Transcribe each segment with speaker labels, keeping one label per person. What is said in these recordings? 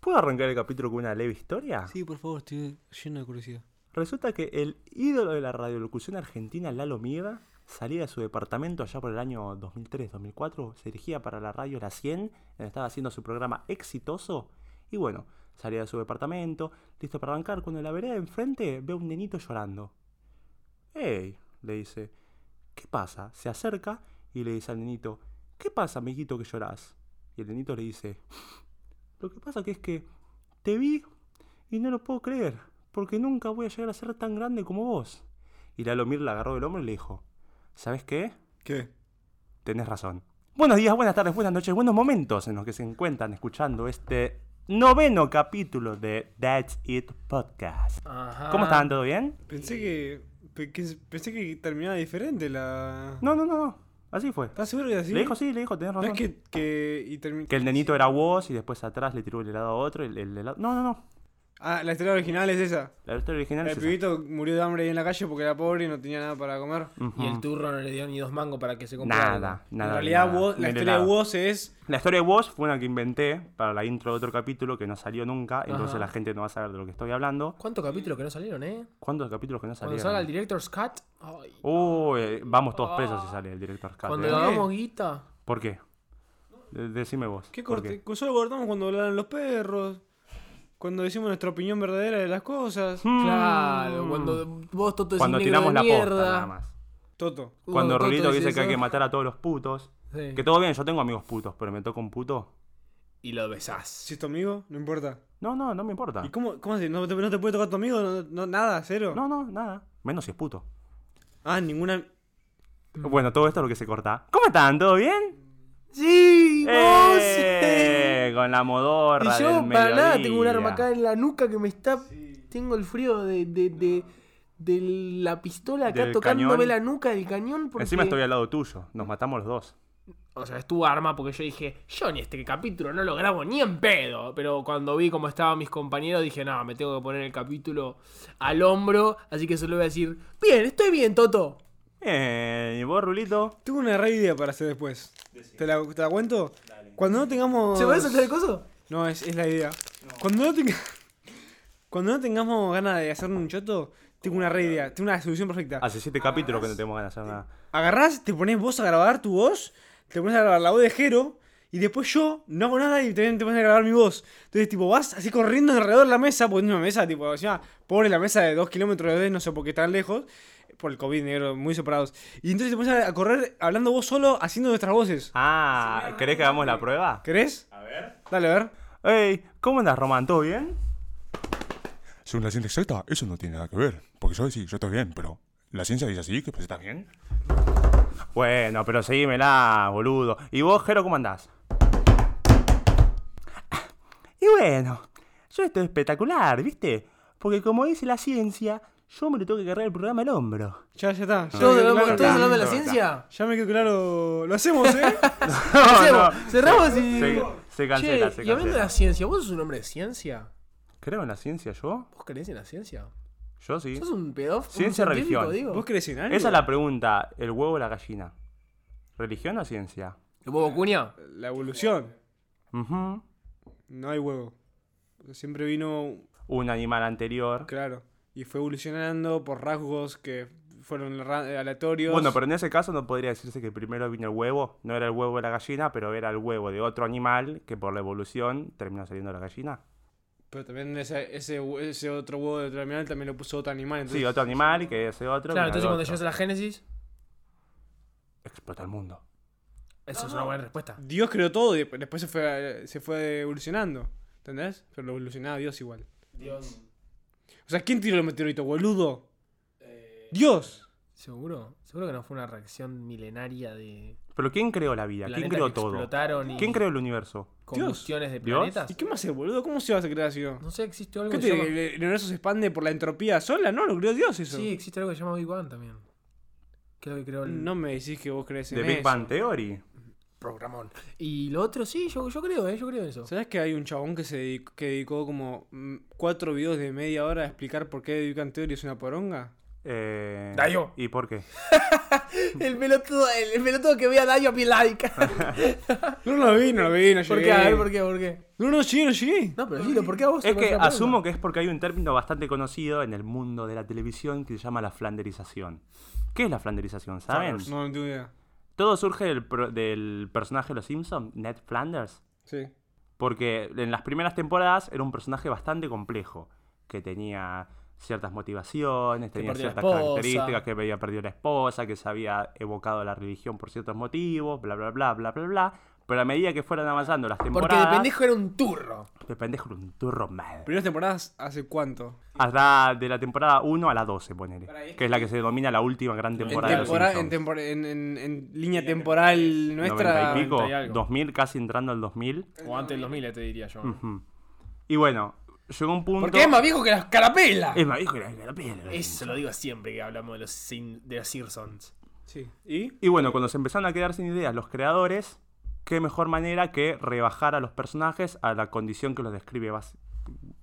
Speaker 1: ¿Puedo arrancar el capítulo con una leve historia?
Speaker 2: Ah.
Speaker 3: Sí, por favor, estoy lleno de curiosidad.
Speaker 1: Resulta que el ídolo de la radiolocución argentina, Lalo Mieda, salía de su departamento allá por el año 2003-2004, se dirigía para la radio La 100, donde estaba haciendo su programa exitoso. Y bueno, salía de su departamento, listo para arrancar, cuando en la vereda de enfrente ve a un nenito llorando. ¡Ey! le dice. ¿Qué pasa? Se acerca y le dice al nenito, ¿qué pasa, amiguito, que llorás? Y el nenito le dice, lo que pasa que es que te vi y no lo puedo creer, porque nunca voy a llegar a ser tan grande como vos. Y Lalomir la agarró del hombro y le dijo, ¿sabes qué?
Speaker 3: ¿Qué?
Speaker 1: Tenés razón. Buenos días, buenas tardes, buenas noches, buenos momentos en los que se encuentran escuchando este noveno capítulo de That's It Podcast.
Speaker 3: Ajá.
Speaker 2: Ah.
Speaker 1: ¿Cómo están? ¿Todo bien?
Speaker 2: Pensé que, pe- que- pensé que terminaba diferente la.
Speaker 1: No, no, no, no. Así fue.
Speaker 2: ¿Estás seguro que así?
Speaker 1: Le dijo, sí, le dijo, tenés
Speaker 2: No
Speaker 1: razón.
Speaker 2: es que, que, y termi-
Speaker 1: Que el nenito era vos y después atrás le tiró el helado a otro y el, el helado... No, no, no.
Speaker 2: Ah, la historia original es esa.
Speaker 1: La historia original
Speaker 2: El
Speaker 1: es esa.
Speaker 2: pibito murió de hambre ahí en la calle porque era pobre y no tenía nada para comer.
Speaker 1: Ujú.
Speaker 4: Y el turro no le dio ni dos mangos para que se comprara.
Speaker 1: Nada,
Speaker 4: algo.
Speaker 1: Mm, nada.
Speaker 2: en realidad,
Speaker 1: nada.
Speaker 2: vos- la
Speaker 1: Del
Speaker 2: historia de
Speaker 1: helado.
Speaker 2: vos es.
Speaker 1: La historia de vos fue una que inventé para la intro de otro capítulo que no salió nunca, entonces
Speaker 4: Ajá.
Speaker 1: la gente no va a saber de lo que estoy hablando.
Speaker 4: ¿Cuántos capítulos que no salieron, eh?
Speaker 1: ¿Cuántos capítulos que no
Speaker 4: Cuando
Speaker 1: salieron?
Speaker 4: salga el Director's Cut. ay,
Speaker 1: Uh, eh, vamos todos presos si sale el director Scott.
Speaker 4: cuando
Speaker 1: ¿eh?
Speaker 4: hagamos guita.
Speaker 1: ¿Por qué? De- decime vos.
Speaker 2: ¿Qué
Speaker 1: ¿por
Speaker 2: corte? Solo cortamos cuando hablaron los perros. Cuando decimos nuestra opinión verdadera de las cosas.
Speaker 1: Mm.
Speaker 4: Claro, cuando vos Toto decís
Speaker 1: Cuando
Speaker 4: negro
Speaker 1: tiramos
Speaker 4: de
Speaker 1: la posta,
Speaker 4: mierda. Uh,
Speaker 1: nada más.
Speaker 2: Toto.
Speaker 1: Cuando
Speaker 4: Toto
Speaker 1: Rulito dice que
Speaker 4: eso.
Speaker 1: hay que matar a todos los putos.
Speaker 4: Sí.
Speaker 1: Que todo bien, yo tengo amigos putos, pero me toca un puto.
Speaker 4: Y lo besás.
Speaker 2: Si es tu amigo, no importa.
Speaker 1: No, no, no me importa.
Speaker 2: ¿Y cómo, cómo así? ¿No te, no te puede tocar tu amigo? No- no- ¿Nada? ¿Cero?
Speaker 1: No, no, nada. Menos si es puto.
Speaker 2: Ah, ninguna.
Speaker 4: Mm.
Speaker 1: Bueno, todo esto es lo que se corta. ¿Cómo están? ¿Todo bien?
Speaker 4: ¡Sí! vos.
Speaker 1: ¡Eh! Con la modorra.
Speaker 4: Y yo
Speaker 1: del
Speaker 4: para nada
Speaker 1: mediodía.
Speaker 4: tengo un arma acá en la nuca que me está. Tengo el frío de, de, de, de la pistola acá
Speaker 1: Del
Speaker 4: tocándome
Speaker 1: cañón.
Speaker 4: la nuca del cañón. Porque...
Speaker 1: Encima estoy al lado tuyo. Nos matamos los dos.
Speaker 4: O sea, es tu arma porque yo dije, yo ni este capítulo no lo grabo ni en pedo. Pero cuando vi cómo estaban mis compañeros, dije, no, me tengo que poner el capítulo al hombro. Así que solo voy a decir, bien, estoy bien, Toto.
Speaker 1: Bien, ¿y vos, Rulito?
Speaker 2: Tengo una re idea para hacer después. ¿Te la, te la cuento? Cuando no tengamos.
Speaker 4: ¿Se puede soltar el coso?
Speaker 2: No, es, es la idea. Cuando, no tenga- Cuando no tengamos ganas de hacer un choto, tengo una re idea. Tengo una solución perfecta.
Speaker 1: Hace siete capítulos que no tenemos ganas de hacer nada.
Speaker 2: Agarrás, te pones vos a grabar tu voz, te pones a grabar la voz de Jero, y después yo no hago nada y también te pones a grabar mi voz. Entonces, tipo, vas así corriendo alrededor de la mesa, porque es una mesa, tipo, encima, pobre la mesa de dos kilómetros de no sé por qué tan lejos, por el COVID negro, muy separados. Y entonces te pones a- a correr hablando vos solo, haciendo nuestras voces.
Speaker 1: Ah, ¿querés que hagamos la prueba?
Speaker 2: ¿Querés? A ver. Dale, a ver.
Speaker 1: Ey, ¿cómo andas, Román? ¿Todo bien?
Speaker 5: Según la ciencia exacta, eso no tiene nada que ver. Porque yo decía, yo estoy bien, pero la ciencia dice así, que pues está bien.
Speaker 1: Bueno, pero seguímela, boludo. ¿Y vos, Jero, cómo andás? Y bueno, yo estoy espectacular, ¿viste? Porque como dice la ciencia, yo me lo tengo que cargar el programa al hombro.
Speaker 2: Ya, ya está. Ya,
Speaker 4: ¿Todos
Speaker 2: me quedó
Speaker 4: hablamos,
Speaker 2: claro.
Speaker 4: todos hablando de la
Speaker 1: no,
Speaker 4: ciencia?
Speaker 2: Ya me quedó claro. Lo hacemos, ¿eh?
Speaker 4: Hacemos, cerramos y.
Speaker 1: Se, se cancela,
Speaker 4: Che,
Speaker 1: se
Speaker 4: y hablando de
Speaker 1: cancela.
Speaker 4: la ciencia, ¿vos sos un hombre de ciencia?
Speaker 1: ¿Creo en la ciencia yo?
Speaker 4: ¿Vos creés en la ciencia?
Speaker 1: Yo sí.
Speaker 4: ¿Sos un pedófilo?
Speaker 1: Ciencia,
Speaker 4: un científico,
Speaker 1: religión.
Speaker 4: digo?
Speaker 2: ¿Vos crees en algo?
Speaker 1: Esa es la pregunta, el huevo o la gallina. ¿Religión o ciencia?
Speaker 4: ¿El huevo cuña?
Speaker 2: La evolución.
Speaker 1: Ujú.
Speaker 2: No hay huevo. Siempre vino,
Speaker 1: Un animal anterior.
Speaker 2: claro. Y fue evolucionando por rasgos que fueron ra- aleatorios.
Speaker 1: Bueno, pero en ese caso no podría decirse que primero vino el huevo. No era el huevo de la gallina, pero era el huevo de otro animal que por la evolución terminó saliendo la gallina.
Speaker 2: Pero también ese, ese, hue- ese otro huevo de otro animal también lo puso otro animal. Entonces,
Speaker 1: Sí, otro animal que ese otro.
Speaker 4: Claro,
Speaker 1: vino
Speaker 4: entonces
Speaker 1: el
Speaker 4: cuando
Speaker 1: otro.
Speaker 4: llegas a la Génesis,
Speaker 1: Explota el mundo.
Speaker 4: eso es una buena respuesta.
Speaker 2: Dios creó todo y después- después se fue, se fue evolucionando. ¿Entendés? Pero lo evolucionaba Dios igual.
Speaker 4: Dios.
Speaker 2: O sea, ¿quién tiró el meteorito, boludo?
Speaker 4: Eh,
Speaker 2: Dios.
Speaker 4: ¿Seguro? Seguro que no fue una reacción milenaria de
Speaker 1: Pero ¿quién creó la vida? ¿Quién
Speaker 4: planetas
Speaker 1: creó
Speaker 4: que
Speaker 1: todo?
Speaker 4: explotaron y
Speaker 1: ¿Quién creó el universo?
Speaker 4: combustiones de
Speaker 1: ¿Dios?
Speaker 4: planetas.
Speaker 2: ¿Y qué más es, boludo? ¿Cómo se va a crear así? no?
Speaker 4: No sé, existe algo
Speaker 2: ¿Qué
Speaker 4: que
Speaker 2: te-
Speaker 4: se llama...
Speaker 2: el, el universo se expande por la entropía sola? No, lo creó Dios eso.
Speaker 4: Sí, existe algo que se llama Big Bang también. Que es lo que creó el
Speaker 2: No me decís que vos crees en
Speaker 1: The Big
Speaker 2: eso.
Speaker 1: Bang Theory.
Speaker 4: programón. Y lo otro, sí, yo, yo creo, ¿eh? Yo creo en eso.
Speaker 2: ¿Sabes que hay un chabón que se dedic- que dedicó como mm, cuatro videos de media hora a explicar por qué Big Bang Theory es una poronga?
Speaker 1: Eh,
Speaker 4: Dayo.
Speaker 1: ¿Y por qué?
Speaker 4: El pelotudo, el, el pelotudo que veía a Dayo be like.
Speaker 2: No, no lo vi, no lo vi, no llegué.
Speaker 4: ¿Por qué? A ver, ¿por qué? ¿Por qué?
Speaker 2: No, no llegué, no llegué.
Speaker 4: No, pero Giro, ¿por qué a vos?
Speaker 1: Es
Speaker 4: no
Speaker 1: que
Speaker 4: se la ponen?
Speaker 1: asumo que es porque hay un término bastante conocido en el mundo de la televisión que se llama la flanderización. ¿Qué es la flanderización? ¿Saben?
Speaker 2: No, no tengo idea.
Speaker 1: Todo surge del, pro- del personaje de Los Simpsons, Ned Flanders.
Speaker 2: Sí.
Speaker 1: Porque en las primeras temporadas era un personaje bastante complejo, que tenía ciertas motivaciones, tenía
Speaker 4: perdió la
Speaker 1: ciertas
Speaker 4: esposa.
Speaker 1: características, que había perdido la esposa, que se había evocado a la religión por ciertos motivos, bla, bla, bla, bla, bla, bla. Pero a medida que fueran avanzando las
Speaker 4: Porque de
Speaker 1: temporadas...
Speaker 4: pendejo era un turro.
Speaker 1: de pendejo era un turro mal.
Speaker 2: Primeras temporadas, ¿hace cuánto?
Speaker 1: Hasta de la temporada 1 a la 12, ponele.
Speaker 2: Para ahí.
Speaker 1: Que es la que se denomina la última gran temporada.
Speaker 2: en,
Speaker 1: de los
Speaker 2: tempora- en,
Speaker 1: Simpsons.
Speaker 2: tempor- en, en- en línea temporal nuestra.
Speaker 1: 90 y pico,
Speaker 4: 90 y algo.
Speaker 1: 2000, casi entrando al 2000.
Speaker 4: O antes del 2000, te diría yo.
Speaker 1: Ujú. Y bueno, llegó un punto...
Speaker 4: Porque es más viejo que las carapelas.
Speaker 1: Es más viejo que la- que la piedra.
Speaker 4: Eso lo digo siempre que hablamos de los, Sin- de los Simpsons.
Speaker 2: Sí. ¿Y?
Speaker 1: Y bueno, cuando se empezaron a quedar sin ideas los creadores, qué mejor manera que rebajar a los personajes a la condición que los describe. bas-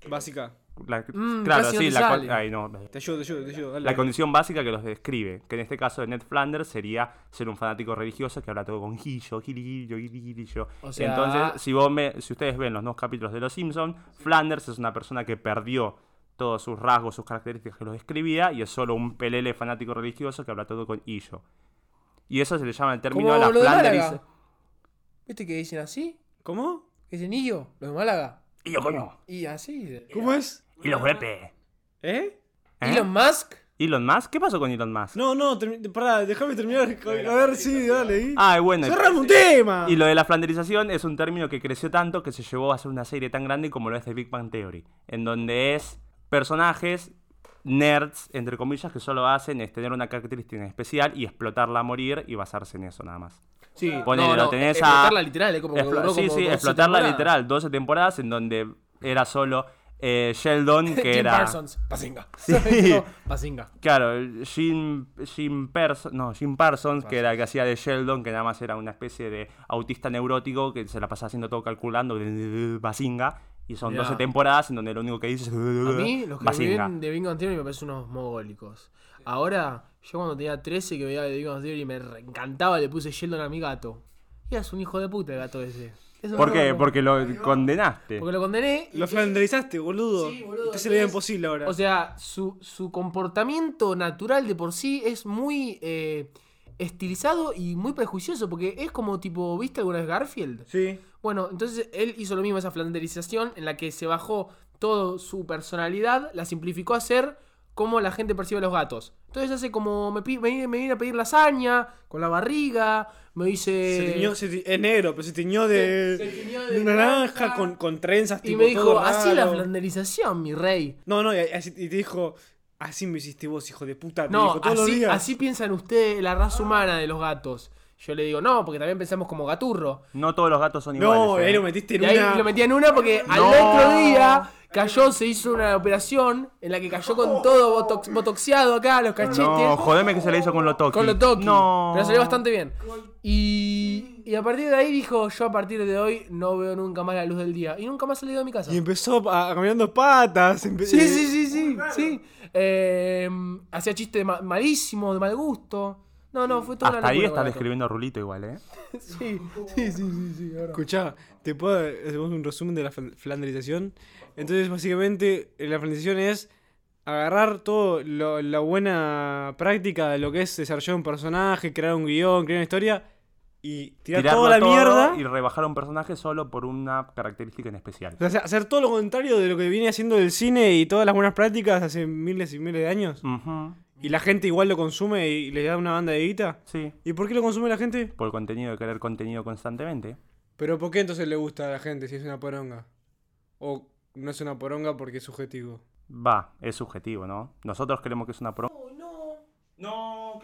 Speaker 2: Básica.
Speaker 1: la-
Speaker 4: Mm,
Speaker 1: claro,
Speaker 4: casi no
Speaker 1: sí,
Speaker 4: te
Speaker 1: la,
Speaker 4: sale.
Speaker 1: con- ay, no.
Speaker 2: Te ayudo, te ayudo, te ayudo. dale.
Speaker 1: la condición básica que los describe. Que en este caso de Ned Flanders sería ser un fanático religioso que habla todo con gillo, gilillo, gilillo.
Speaker 4: O sea-
Speaker 1: Entonces, si, vos me- si ustedes ven los dos capítulos de Los Simpsons, Flanders es una persona que perdió todos sus rasgos, sus características que los describía y es solo un pelele fanático religioso que habla todo con hillo. Y eso se le llama el término
Speaker 4: Como
Speaker 1: la
Speaker 4: lo de
Speaker 1: Flanderiz.
Speaker 4: Málaga. ¿Viste que dicen así?
Speaker 2: ¿Cómo?
Speaker 4: Que dicen yo, los de Málaga.
Speaker 1: Y yo, coño.
Speaker 4: Y así. de-
Speaker 2: ¿Cómo es?
Speaker 1: Y los golpes.
Speaker 2: ¿Eh?
Speaker 1: ¿Eh?
Speaker 4: Elon Musk.
Speaker 1: ¿Elon Musk? ¿Qué pasó con Elon Musk?
Speaker 2: No, no, termi- pará, déjame terminar. A ver, sí, dale. ¿y?
Speaker 1: Ah, y bueno.
Speaker 2: ¡Cerrame un tema!
Speaker 1: Y lo de la flanderización es un término que creció tanto que se llevó a ser una serie tan grande como lo es de Big Bang Theory. En donde es personajes, nerds, entre comillas, que solo hacen es tener una característica especial y explotarla a morir y basarse en eso nada más.
Speaker 4: Sí,
Speaker 1: Ponele, lo tenés a-
Speaker 4: explotarla eh, literal, es como que
Speaker 1: Explo-
Speaker 4: duró
Speaker 1: sí,
Speaker 4: como
Speaker 1: sí,
Speaker 4: 12
Speaker 1: explotarla
Speaker 4: temporadas.
Speaker 1: literal. 12 temporadas en donde era solo eh, Sheldon, que
Speaker 4: Jim
Speaker 1: era...
Speaker 4: Parsons, Pasinga.
Speaker 1: Sí.
Speaker 4: No, Pasinga.
Speaker 1: Claro, el Jim, Jim, Pers- no, Jim Parsons, que era el que hacía de Sheldon, que nada más era una especie de autista neurótico que se la pasaba haciendo todo calculando, basinga, y son
Speaker 4: Mirá.
Speaker 1: 12 temporadas en donde lo único que dice
Speaker 4: A
Speaker 1: es
Speaker 4: mí, los que
Speaker 1: bazinga.
Speaker 4: ven de Big Bang Theory me parecen unos mogólicos. Ahora, yo cuando tenía 13 que veía de Big Bang Theory me re- encantaba, le puse Sheldon a mi gato. Y es un hijo de puta el gato ese. Es un
Speaker 1: ¿Por qué?
Speaker 4: loco.
Speaker 1: Porque lo condenaste.
Speaker 4: Porque lo condené. y-
Speaker 2: Lo flanderizaste, boludo.
Speaker 4: Sí, boludo,
Speaker 2: Te hace la vida
Speaker 4: es-
Speaker 2: imposible ahora.
Speaker 4: O sea, su, su comportamiento natural de por sí es muy eh, estilizado y muy prejuicioso. Porque es como tipo, ¿viste alguna vez Garfield?
Speaker 2: sí.
Speaker 4: Bueno, entonces él hizo lo mismo, esa flanderización, en la que se bajó toda su personalidad, la simplificó a ser como la gente percibe a los gatos. Entonces hace como, me, pi- me, viene- me viene a pedir lasaña, con la barriga, me dice...
Speaker 2: Se tiñó, se ti- es negro, pero se tiñó de,
Speaker 4: Se- se tiñó de
Speaker 2: de naranja
Speaker 4: naranja.
Speaker 2: con, con trenzas.
Speaker 4: y
Speaker 2: tipo,
Speaker 4: me dijo,
Speaker 2: todo
Speaker 4: así la
Speaker 2: raro".
Speaker 4: flanderización, mi rey.
Speaker 2: No, no, y, así- y te dijo, así me hiciste vos, hijo de puta. Te
Speaker 4: No,
Speaker 2: dijo todos los
Speaker 4: así,
Speaker 2: días.
Speaker 4: así piensan ustedes, la raza humana de los gatos. Yo le digo, no, porque también pensamos como gaturro.
Speaker 1: No todos los gatos son iguales.
Speaker 2: no,
Speaker 1: ¿eh?
Speaker 2: ahí lo metiste en
Speaker 4: Y ahí
Speaker 2: una.
Speaker 4: lo metí en una porque al otro día cayó, se hizo una operación en la que cayó con todo botox- botoxiado acá, los cachetes.
Speaker 1: No, jodeme que se le hizo con lo toki.
Speaker 4: con los toques.
Speaker 1: No.
Speaker 4: Pero salió bastante bien. Y, y a partir de ahí dijo, yo a partir de hoy no veo nunca más la luz del día. Y nunca más salido de mi casa.
Speaker 2: Y empezó a, a caminando patas. empe-
Speaker 4: Sí, sí, sí, sí, sí. Eh, hacía chistes ma- malísimos, de mal gusto. No, no, fue toda
Speaker 1: Hasta
Speaker 4: una
Speaker 1: ahí
Speaker 4: locura
Speaker 1: está
Speaker 4: con el
Speaker 1: describiendo a Rulito igual, ¿eh?
Speaker 4: gato. Sí, sí, sí, sí, sí, ahora.
Speaker 2: Escuchá, te puedo hacer un resumen de la fl- flanderización. Entonces, básicamente, eh, la flanderización es agarrar todo lo- la buena práctica de lo que es desarrollar un personaje, crear un guión, crear una historia y tirar
Speaker 1: Tirarlo
Speaker 2: toda la
Speaker 1: todo
Speaker 2: mierda.
Speaker 1: Y rebajar a un personaje solo por una característica en especial.
Speaker 2: O sea, hacer todo lo contrario de lo que viene haciendo el cine y todas las buenas prácticas hace miles y miles de años.
Speaker 1: Ujú,
Speaker 2: Y la gente igual lo consume y le da una banda de guita.
Speaker 1: Sí.
Speaker 2: ¿Y por qué lo consume la gente?
Speaker 1: Por el contenido de querer contenido constantemente.
Speaker 2: ¿Pero por qué entonces le gusta a la gente si es una poronga? O no es una poronga porque es subjetivo.
Speaker 1: Va, es subjetivo, ¿no? Nosotros creemos que es una pro.
Speaker 2: ¿No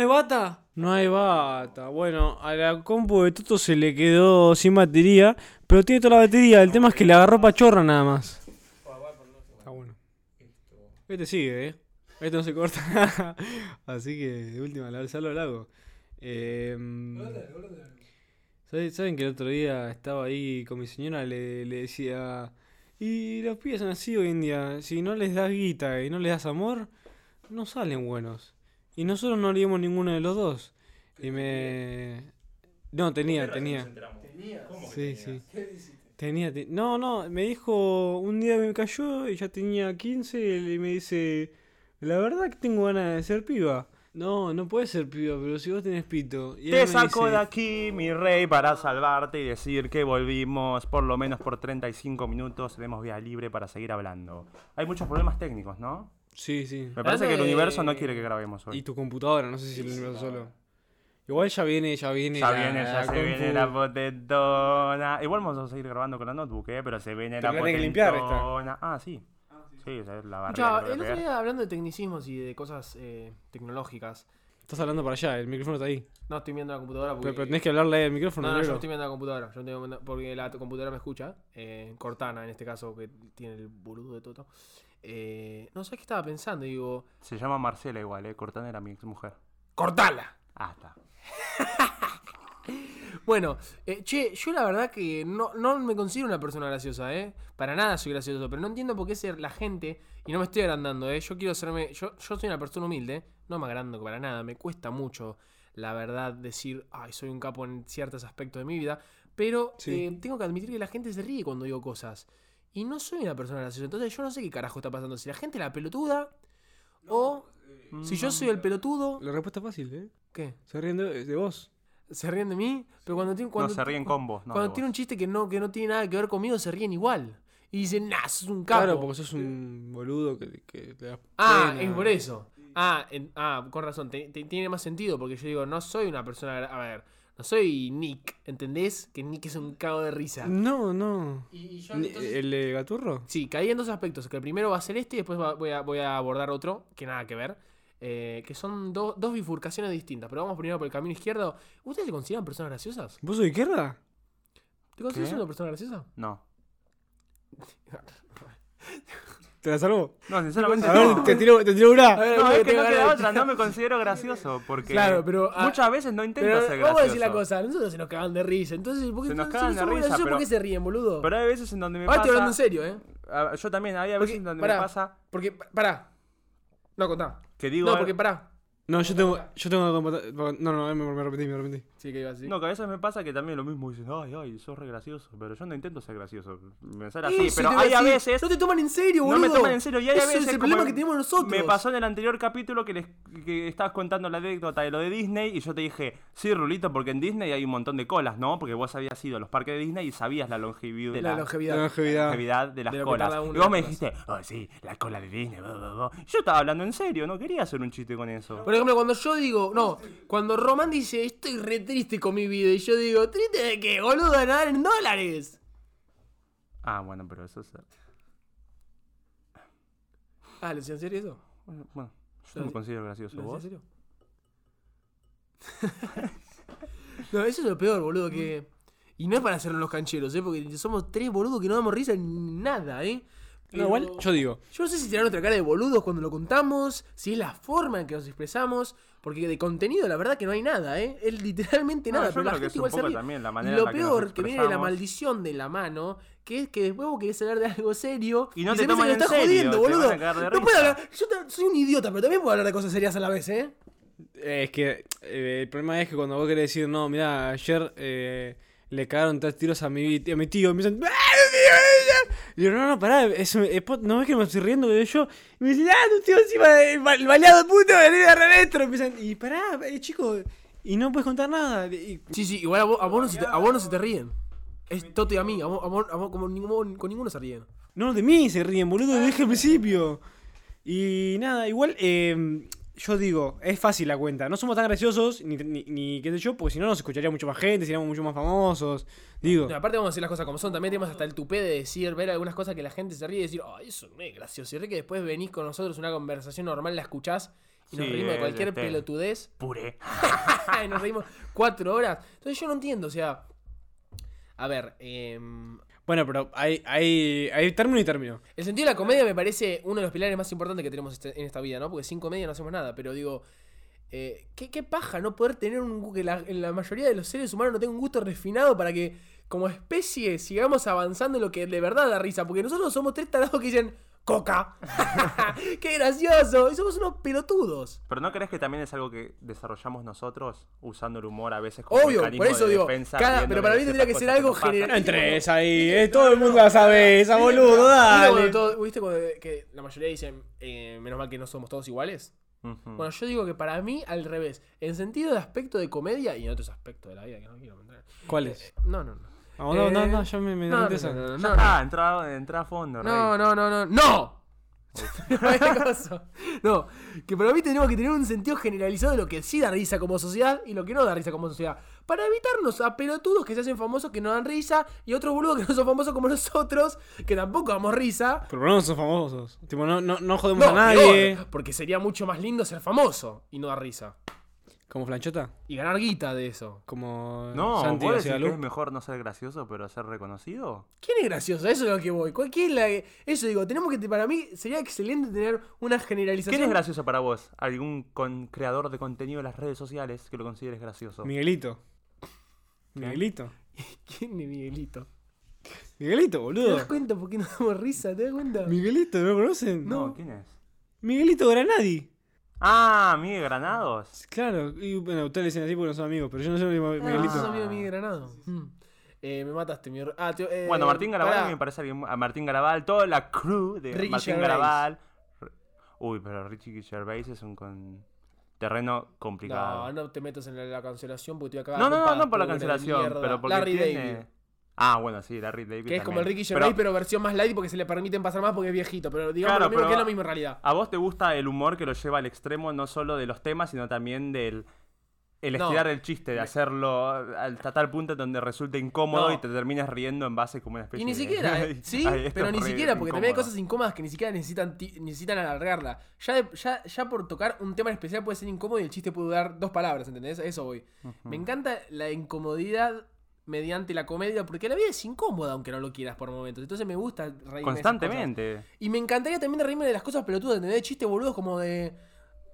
Speaker 2: hay bata? No hay bata. Bueno, a la compu de Toto se le quedó sin batería, pero tiene toda la batería. El tema es que le agarró pachorra nada más. Está bueno. Este sigue, ¿eh? Este no se corta. Así que, de última, la ya lo hago. Eh, ¿sabe- ¿Saben que el otro día estaba ahí con mi señora? Le, le decía... Y los pibes son así hoy en día. Si no les das guita y no les das amor, no salen buenos. Y nosotros no leímos ninguno de los dos. Y me. No, tenía, tenía. Sí, sí. Tenía, te- No, no, me dijo. Un día me cayó y ya tenía 15 y él me dice. La verdad que tengo ganas de ser piba. No, no puedes ser piba, pero si vos tenés pito. Y él
Speaker 1: Te
Speaker 2: me
Speaker 1: saco
Speaker 2: dice,
Speaker 1: de aquí, mi rey, para salvarte y decir que volvimos por lo menos por 35 minutos. Tenemos vía libre para seguir hablando. Hay muchos problemas técnicos, ¿no?
Speaker 2: Sí, sí.
Speaker 1: Me parece que el
Speaker 4: de-
Speaker 1: universo no quiere que grabemos
Speaker 2: Y
Speaker 1: hoy.
Speaker 2: tu computadora, no sé si el universo solo. Igual ya viene, ya viene.
Speaker 1: Ya
Speaker 2: la-
Speaker 1: viene, ya
Speaker 2: la
Speaker 1: se viene
Speaker 2: compu.
Speaker 1: la potetona. Igual vamos a seguir grabando con la notebook, ¿eh? Pero se viene la
Speaker 6: Pero la
Speaker 1: potetona.
Speaker 6: tenés que limpiar esta.
Speaker 1: Ah, sí. Sí, esa es la
Speaker 4: Escuchá,
Speaker 1: barrera. que tengo
Speaker 4: el
Speaker 1: que
Speaker 4: otro
Speaker 1: pegar.
Speaker 4: día hablando de tecnicismos y de cosas eh, tecnológicas.
Speaker 2: Estás hablando para allá, el micrófono está ahí.
Speaker 4: No estoy viendo la computadora porque.
Speaker 2: Pero, pero tenés que hablarle ahí al micrófono.
Speaker 4: no, no, yo no
Speaker 2: negro.
Speaker 4: estoy viendo la computadora. Yo no tengo manda- porque la computadora me escucha. eh, Cortana, en este caso, que tiene el boludo de Toto. Eh, no sé qué estaba pensando. y Digo,
Speaker 1: Se llama Marcela igual, ¿eh? Cortana era mi exmujer.
Speaker 4: ¡cortala!
Speaker 1: Ah, está.
Speaker 4: Bueno, eh, che, yo la verdad que no, no me considero una persona graciosa, ¿eh? Para nada soy gracioso, pero no entiendo por qué ser la gente, y no me estoy agrandando, ¿eh? Yo quiero serme, yo, yo soy una persona humilde, no me agrando para nada, me cuesta mucho, la verdad, decir, ay, soy un capo en ciertos aspectos de mi vida, pero
Speaker 2: Sí.
Speaker 4: eh, tengo que admitir que la gente se ríe cuando digo cosas, y no soy una persona graciosa, entonces yo no sé qué carajo está pasando, si la gente es la pelotuda, o si yo soy el pelotudo,
Speaker 2: La respuesta es fácil, ¿eh?
Speaker 4: ¿qué?
Speaker 2: Se ríen de, de vos.
Speaker 4: ¿Se ríen de mí? Pero cuando, tiene- cuando
Speaker 1: no se ríen con vos, ¿no?
Speaker 4: Cuando
Speaker 1: de
Speaker 4: tiene un
Speaker 1: vos.
Speaker 4: chiste que no, que no tiene nada que ver conmigo, se ríen igual. Y dicen, nah, sos un capo.
Speaker 2: Claro, porque sos un boludo que, que te das
Speaker 4: Ah,
Speaker 2: pena.
Speaker 4: es por eso. Ah, en- ah, con razón. te- te- tiene más sentido porque yo digo, no soy una persona. gra- A ver, no soy Nick, ¿entendés? Que Nick es un cago de risa.
Speaker 2: No, no. Ni- eh, ¿El de Gaturro?
Speaker 4: Sí, caí en dos aspectos. Que el primero va a ser este y después va- voy, a, voy a abordar otro que nada que ver. eh, que son do- dos bifurcaciones distintas. Pero vamos primero por el camino izquierdo. ¿Ustedes se consideran personas graciosas?
Speaker 2: ¿Vos sos de izquierda?
Speaker 4: ¿Te consideras
Speaker 1: ¿Qué?
Speaker 4: una persona graciosa?
Speaker 1: No.
Speaker 2: ¿Te la salvo?
Speaker 1: No, sinceramente
Speaker 2: A
Speaker 1: no.
Speaker 2: ver, te tiro, te tiro una.
Speaker 1: No, es que
Speaker 4: tengo
Speaker 1: no queda
Speaker 4: ganas de-
Speaker 1: otra, no me considero gracioso porque
Speaker 4: Claro, pero, ah,
Speaker 1: muchas veces no intento
Speaker 4: Pero
Speaker 1: ser
Speaker 4: vamos a
Speaker 1: gracioso.
Speaker 4: decir la cosa, nosotros se nos cagan de risa, entonces ¿por qué,
Speaker 1: Se nos
Speaker 4: entonces,
Speaker 1: cagan de
Speaker 4: somos
Speaker 1: risa,
Speaker 4: graciosos,
Speaker 1: pero-
Speaker 4: ¿por qué se ríen, boludo?
Speaker 1: Pero hay veces en donde me
Speaker 4: Ahora
Speaker 1: pasa.
Speaker 4: estoy hablando en serio, ¿eh?
Speaker 1: Ah, yo también, hay
Speaker 4: Porque-
Speaker 1: veces en donde
Speaker 4: pará.
Speaker 1: me pasa
Speaker 4: Porque, pa- pará. No, contá.
Speaker 1: que digo.
Speaker 4: no, porque pará.
Speaker 2: No, yo tengo, yo tengo que combatar- No, no, me, me arrepentí, me arrepentí.
Speaker 4: Sí, que iba así.
Speaker 1: No, que a veces me pasa que también lo mismo dicen, ay, ay, sos re gracioso, pero yo no intento ser gracioso. Me sale así,
Speaker 4: Eso
Speaker 1: pero
Speaker 4: te iba
Speaker 1: hay a
Speaker 4: decir,
Speaker 1: veces.
Speaker 4: No te toman en serio,
Speaker 1: no
Speaker 4: boludo.
Speaker 1: me toman en serio, y hay a
Speaker 4: Ese
Speaker 1: veces.
Speaker 4: es el
Speaker 1: como
Speaker 4: problema
Speaker 1: me-
Speaker 4: que tenemos nosotros.
Speaker 1: Me pasó en el anterior capítulo que, les, que estabas contando la anécdota de lo de Disney, y yo te dije, sí, Rulito, porque en Disney hay un montón de colas, ¿no? Porque vos habías ido a los parques de Disney y sabías la longevidad. de
Speaker 4: la
Speaker 1: la-
Speaker 4: longevidad.
Speaker 2: La longevidad.
Speaker 1: longevidad de las
Speaker 4: De lo que
Speaker 1: colas.
Speaker 4: tarda uno
Speaker 1: Y
Speaker 4: en
Speaker 1: vos
Speaker 4: las
Speaker 1: me
Speaker 4: colas.
Speaker 1: dijiste, oh, sí, la cola de Disney, bla, bla, bla". Yo estaba hablando en serio, no quería hacer un chiste con eso.
Speaker 4: Por ejemplo, cuando yo digo, no, cuando Román dice, estoy re triste con mi vida, y yo digo, ¿triste de qué, boludo? De Nadar en dólares.
Speaker 1: Ah, bueno, pero eso es.
Speaker 4: Ah, ¿lo decía en serio eso?
Speaker 1: Bueno, bueno, yo no me considero gracioso,
Speaker 4: ¿Lo decía en
Speaker 1: vos.
Speaker 4: serio? no, eso es lo peor, boludo, que... Y no es para hacerlo los cancheros, ¿eh? Porque somos tres boludos que no damos risa en nada, ¿eh?
Speaker 2: No, igual, yo digo.
Speaker 4: Yo no sé si será nuestra cara de boludos cuando lo contamos, si es la forma en que nos expresamos, porque de contenido la verdad que no hay nada, ¿eh? Es literalmente
Speaker 1: No,
Speaker 4: nada,
Speaker 1: yo
Speaker 4: pero la
Speaker 1: creo que es
Speaker 4: gente
Speaker 1: un
Speaker 4: igual se
Speaker 1: poco
Speaker 4: ríe.
Speaker 1: también la manera
Speaker 4: y lo
Speaker 1: en la que nos
Speaker 4: peor que, viene de la
Speaker 1: expresamos.
Speaker 4: maldición de la mano, que es que después vos querés hablar de algo serio
Speaker 1: Y no te
Speaker 4: se piensa
Speaker 1: toman
Speaker 4: que
Speaker 1: en
Speaker 4: lo estás
Speaker 1: serio,
Speaker 4: jodiendo,
Speaker 1: te
Speaker 4: boludo.
Speaker 1: van a cagar de
Speaker 4: No puedo
Speaker 1: risa.
Speaker 4: hablar, yo ta- soy un idiota, pero también puedo hablar de cosas serias a la vez, ¿eh?
Speaker 2: Eh, Es que eh, el problema es que cuando vos querés decir, no, mira, ayer eh, le cagaron tres tiros a mi, a mi tío, y me dicen, "¡Ah, tío, tío!". Y yo, no, no, pará, es un- es po- no ves que me estoy riendo que yo, y me dicen, ah, tu tío encima, el, ba- el baleado puto, el de redentro, y me dicen, y pará, eh, chico, y no puedes contar nada, y- y-
Speaker 4: Sí, sí, igual a vos, a vos no, se te, a vos no se te ríen. Es Toto y a mí, a vos, a vos- a vos como ninguno, con ninguno se ríen.
Speaker 2: no, de mí se ríen, boludo, lo dije al principio. Y nada, igual, eh, yo digo, es fácil la cuenta, no somos tan graciosos, ni, ni, ni qué sé yo, porque si no nos escucharía mucho más gente, seríamos mucho más famosos, digo.
Speaker 4: No, aparte vamos a decir las cosas como son, también tenemos hasta el tupé de decir, ver algunas cosas que la gente se ríe y decir, ay, eso no es gracioso. Y re que después venís con nosotros una conversación normal, la escuchás y nos
Speaker 1: Sí,
Speaker 4: reímos de
Speaker 1: eh,
Speaker 4: cualquier
Speaker 1: este.
Speaker 4: pelotudez.
Speaker 1: Puré.
Speaker 4: y nos reímos cuatro horas. Entonces yo no entiendo, o sea. A ver, em,
Speaker 2: Bueno, pero hay, hay, hay término y término.
Speaker 4: El sentido de la comedia me parece uno de los pilares más importantes que tenemos este- en esta vida, ¿no? Porque sin comedia no hacemos nada, pero digo, eh, ¿qué, qué paja no poder tener un gu- que la, en la mayoría de los seres humanos no tenga un gusto refinado para que como especie sigamos avanzando en lo que de verdad da risa, porque nosotros somos tres tarados que dicen, coca. ¡Qué gracioso! Y somos unos pelotudos.
Speaker 1: Pero ¿no crees que también es algo que desarrollamos nosotros usando el humor a veces como
Speaker 4: Obvio,
Speaker 1: mecanismo
Speaker 4: por eso
Speaker 1: de
Speaker 4: digo.
Speaker 1: defensa,
Speaker 4: cada-
Speaker 1: viendo
Speaker 4: pero
Speaker 1: que
Speaker 4: para mí
Speaker 1: no
Speaker 4: tendría que
Speaker 1: sepas
Speaker 4: ser
Speaker 1: cosas
Speaker 4: algo
Speaker 1: nos pasan?
Speaker 6: No
Speaker 4: general.
Speaker 6: entres ahí, eh, todo el mundo la sabe, esa boludo,
Speaker 4: ¿Viste cuando
Speaker 6: dale.
Speaker 4: todo- ¿Viste cuando que la mayoría dicen, eh, menos mal que no somos todos iguales?
Speaker 1: Ujú.
Speaker 4: Bueno, yo digo que para mí, al revés. En sentido de aspecto de comedia y en otros aspectos de la vida que no quiero entrar.
Speaker 2: ¿Cuál es?
Speaker 4: No, no, no.
Speaker 2: No, no, no,
Speaker 4: Eh,
Speaker 2: no, ya me, me
Speaker 4: No, no,
Speaker 2: interesa.
Speaker 4: no,
Speaker 1: Ya
Speaker 4: no, no,
Speaker 1: está, entra, entra Ah, a fondo,
Speaker 4: No,
Speaker 1: Rey.
Speaker 4: no, no, no, no. No, no, que para mí tenemos que tener un sentido generalizado de lo que sí da risa como sociedad y lo que no da risa como sociedad. Para evitarnos a pelotudos que se hacen famosos que no dan risa y otros boludos que no son famosos como nosotros, que tampoco damos risa.
Speaker 2: Pero no son famosos. Tipo, no, no, no jodemos
Speaker 4: No,
Speaker 2: a nadie.
Speaker 4: peor, porque sería mucho más lindo ser famoso y no dar risa.
Speaker 2: Como Flanchota.
Speaker 4: Y ganar guita de eso.
Speaker 2: Como eh,
Speaker 1: No,
Speaker 2: Santi
Speaker 1: ¿vos decís
Speaker 2: García
Speaker 1: que es
Speaker 2: Luz.
Speaker 1: mejor no ser gracioso pero ser reconocido?
Speaker 4: ¿Quién es gracioso? Eso es lo que voy. ¿Cuál- quién es la que- Eso digo, tenemos que. Para mí sería excelente tener una generalización.
Speaker 1: ¿Quién es gracioso para vos? ¿Algún con- creador de contenido en las redes sociales que lo consideres gracioso?
Speaker 2: Miguelito. Miguelito.
Speaker 4: ¿Quién es Miguelito?
Speaker 2: Miguelito,
Speaker 4: ¿Te das
Speaker 2: boludo.
Speaker 4: cuenta por qué no damos risa? ¿Te das cuenta?
Speaker 2: Miguelito, ¿no lo conocen?
Speaker 1: no, ¿quién es?
Speaker 2: Miguelito Granadi.
Speaker 1: Ah, Miguel Granados.
Speaker 2: Claro, y bueno, ustedes le dicen así porque no son amigos, pero yo no soy
Speaker 4: Ah,
Speaker 2: Miguelito.
Speaker 4: sos amigo de Miguel Granado. Mm. Eh, me mataste, mi... her- Ah, te- eh,
Speaker 1: Bueno, Martín Garabal
Speaker 4: pará.
Speaker 1: a mí me parece alguien. mu- A Martín Garabal, toda la crew de
Speaker 4: Ricky
Speaker 1: Martín
Speaker 4: Gervais.
Speaker 1: Garabal. R- Uy, pero Richie Gervais es un con... terreno complicado.
Speaker 4: No, no te metas en la, la cancelación porque te voy a cagar.
Speaker 1: No,
Speaker 4: a
Speaker 1: no, no,
Speaker 4: trompadas,
Speaker 1: por la
Speaker 4: pobre de
Speaker 1: cancelación,
Speaker 4: mierda.
Speaker 1: pero porque
Speaker 4: Larry
Speaker 1: tiene...
Speaker 4: David.
Speaker 1: Ah, bueno, sí, Larry David.
Speaker 4: Que es como el
Speaker 1: también.
Speaker 4: Ricky Gervais, pero...
Speaker 1: Pero
Speaker 4: versión más light porque se le permiten pasar más porque es viejito. Pero digamos
Speaker 1: Claro,
Speaker 4: lo mismo
Speaker 1: pero-
Speaker 4: que es lo mismo en realidad.
Speaker 1: A vos te gusta el humor que lo lleva al extremo, no solo de los temas, sino también del. El
Speaker 4: No.
Speaker 1: estirar el chiste, de hacerlo hasta tal punto en donde resulte incómodo
Speaker 4: No.
Speaker 1: y te terminas riendo en base como una especie
Speaker 4: Y ni
Speaker 1: de-
Speaker 4: siquiera, eh,
Speaker 1: Ay,
Speaker 4: sí,
Speaker 1: ay, esto
Speaker 4: pero
Speaker 1: es
Speaker 4: ni
Speaker 1: re
Speaker 4: siquiera, porque también hay
Speaker 1: incómodo.
Speaker 4: cosas incómodas que ni siquiera necesitan, ti- necesitan alargarla. Ya, de- ya, ya por tocar un tema en especial puede ser incómodo y el chiste puede durar dos palabras, ¿entendés? A Eso voy. Me encanta la incomodidad mediante la comedia, porque la vida es incómoda, aunque no lo quieras por momentos. Entonces me gusta reírme. de esas
Speaker 1: Constantemente.
Speaker 4: cosas. Y me encantaría también reírme de las cosas pelotudas, ¿entendés? De chistes boludos como de.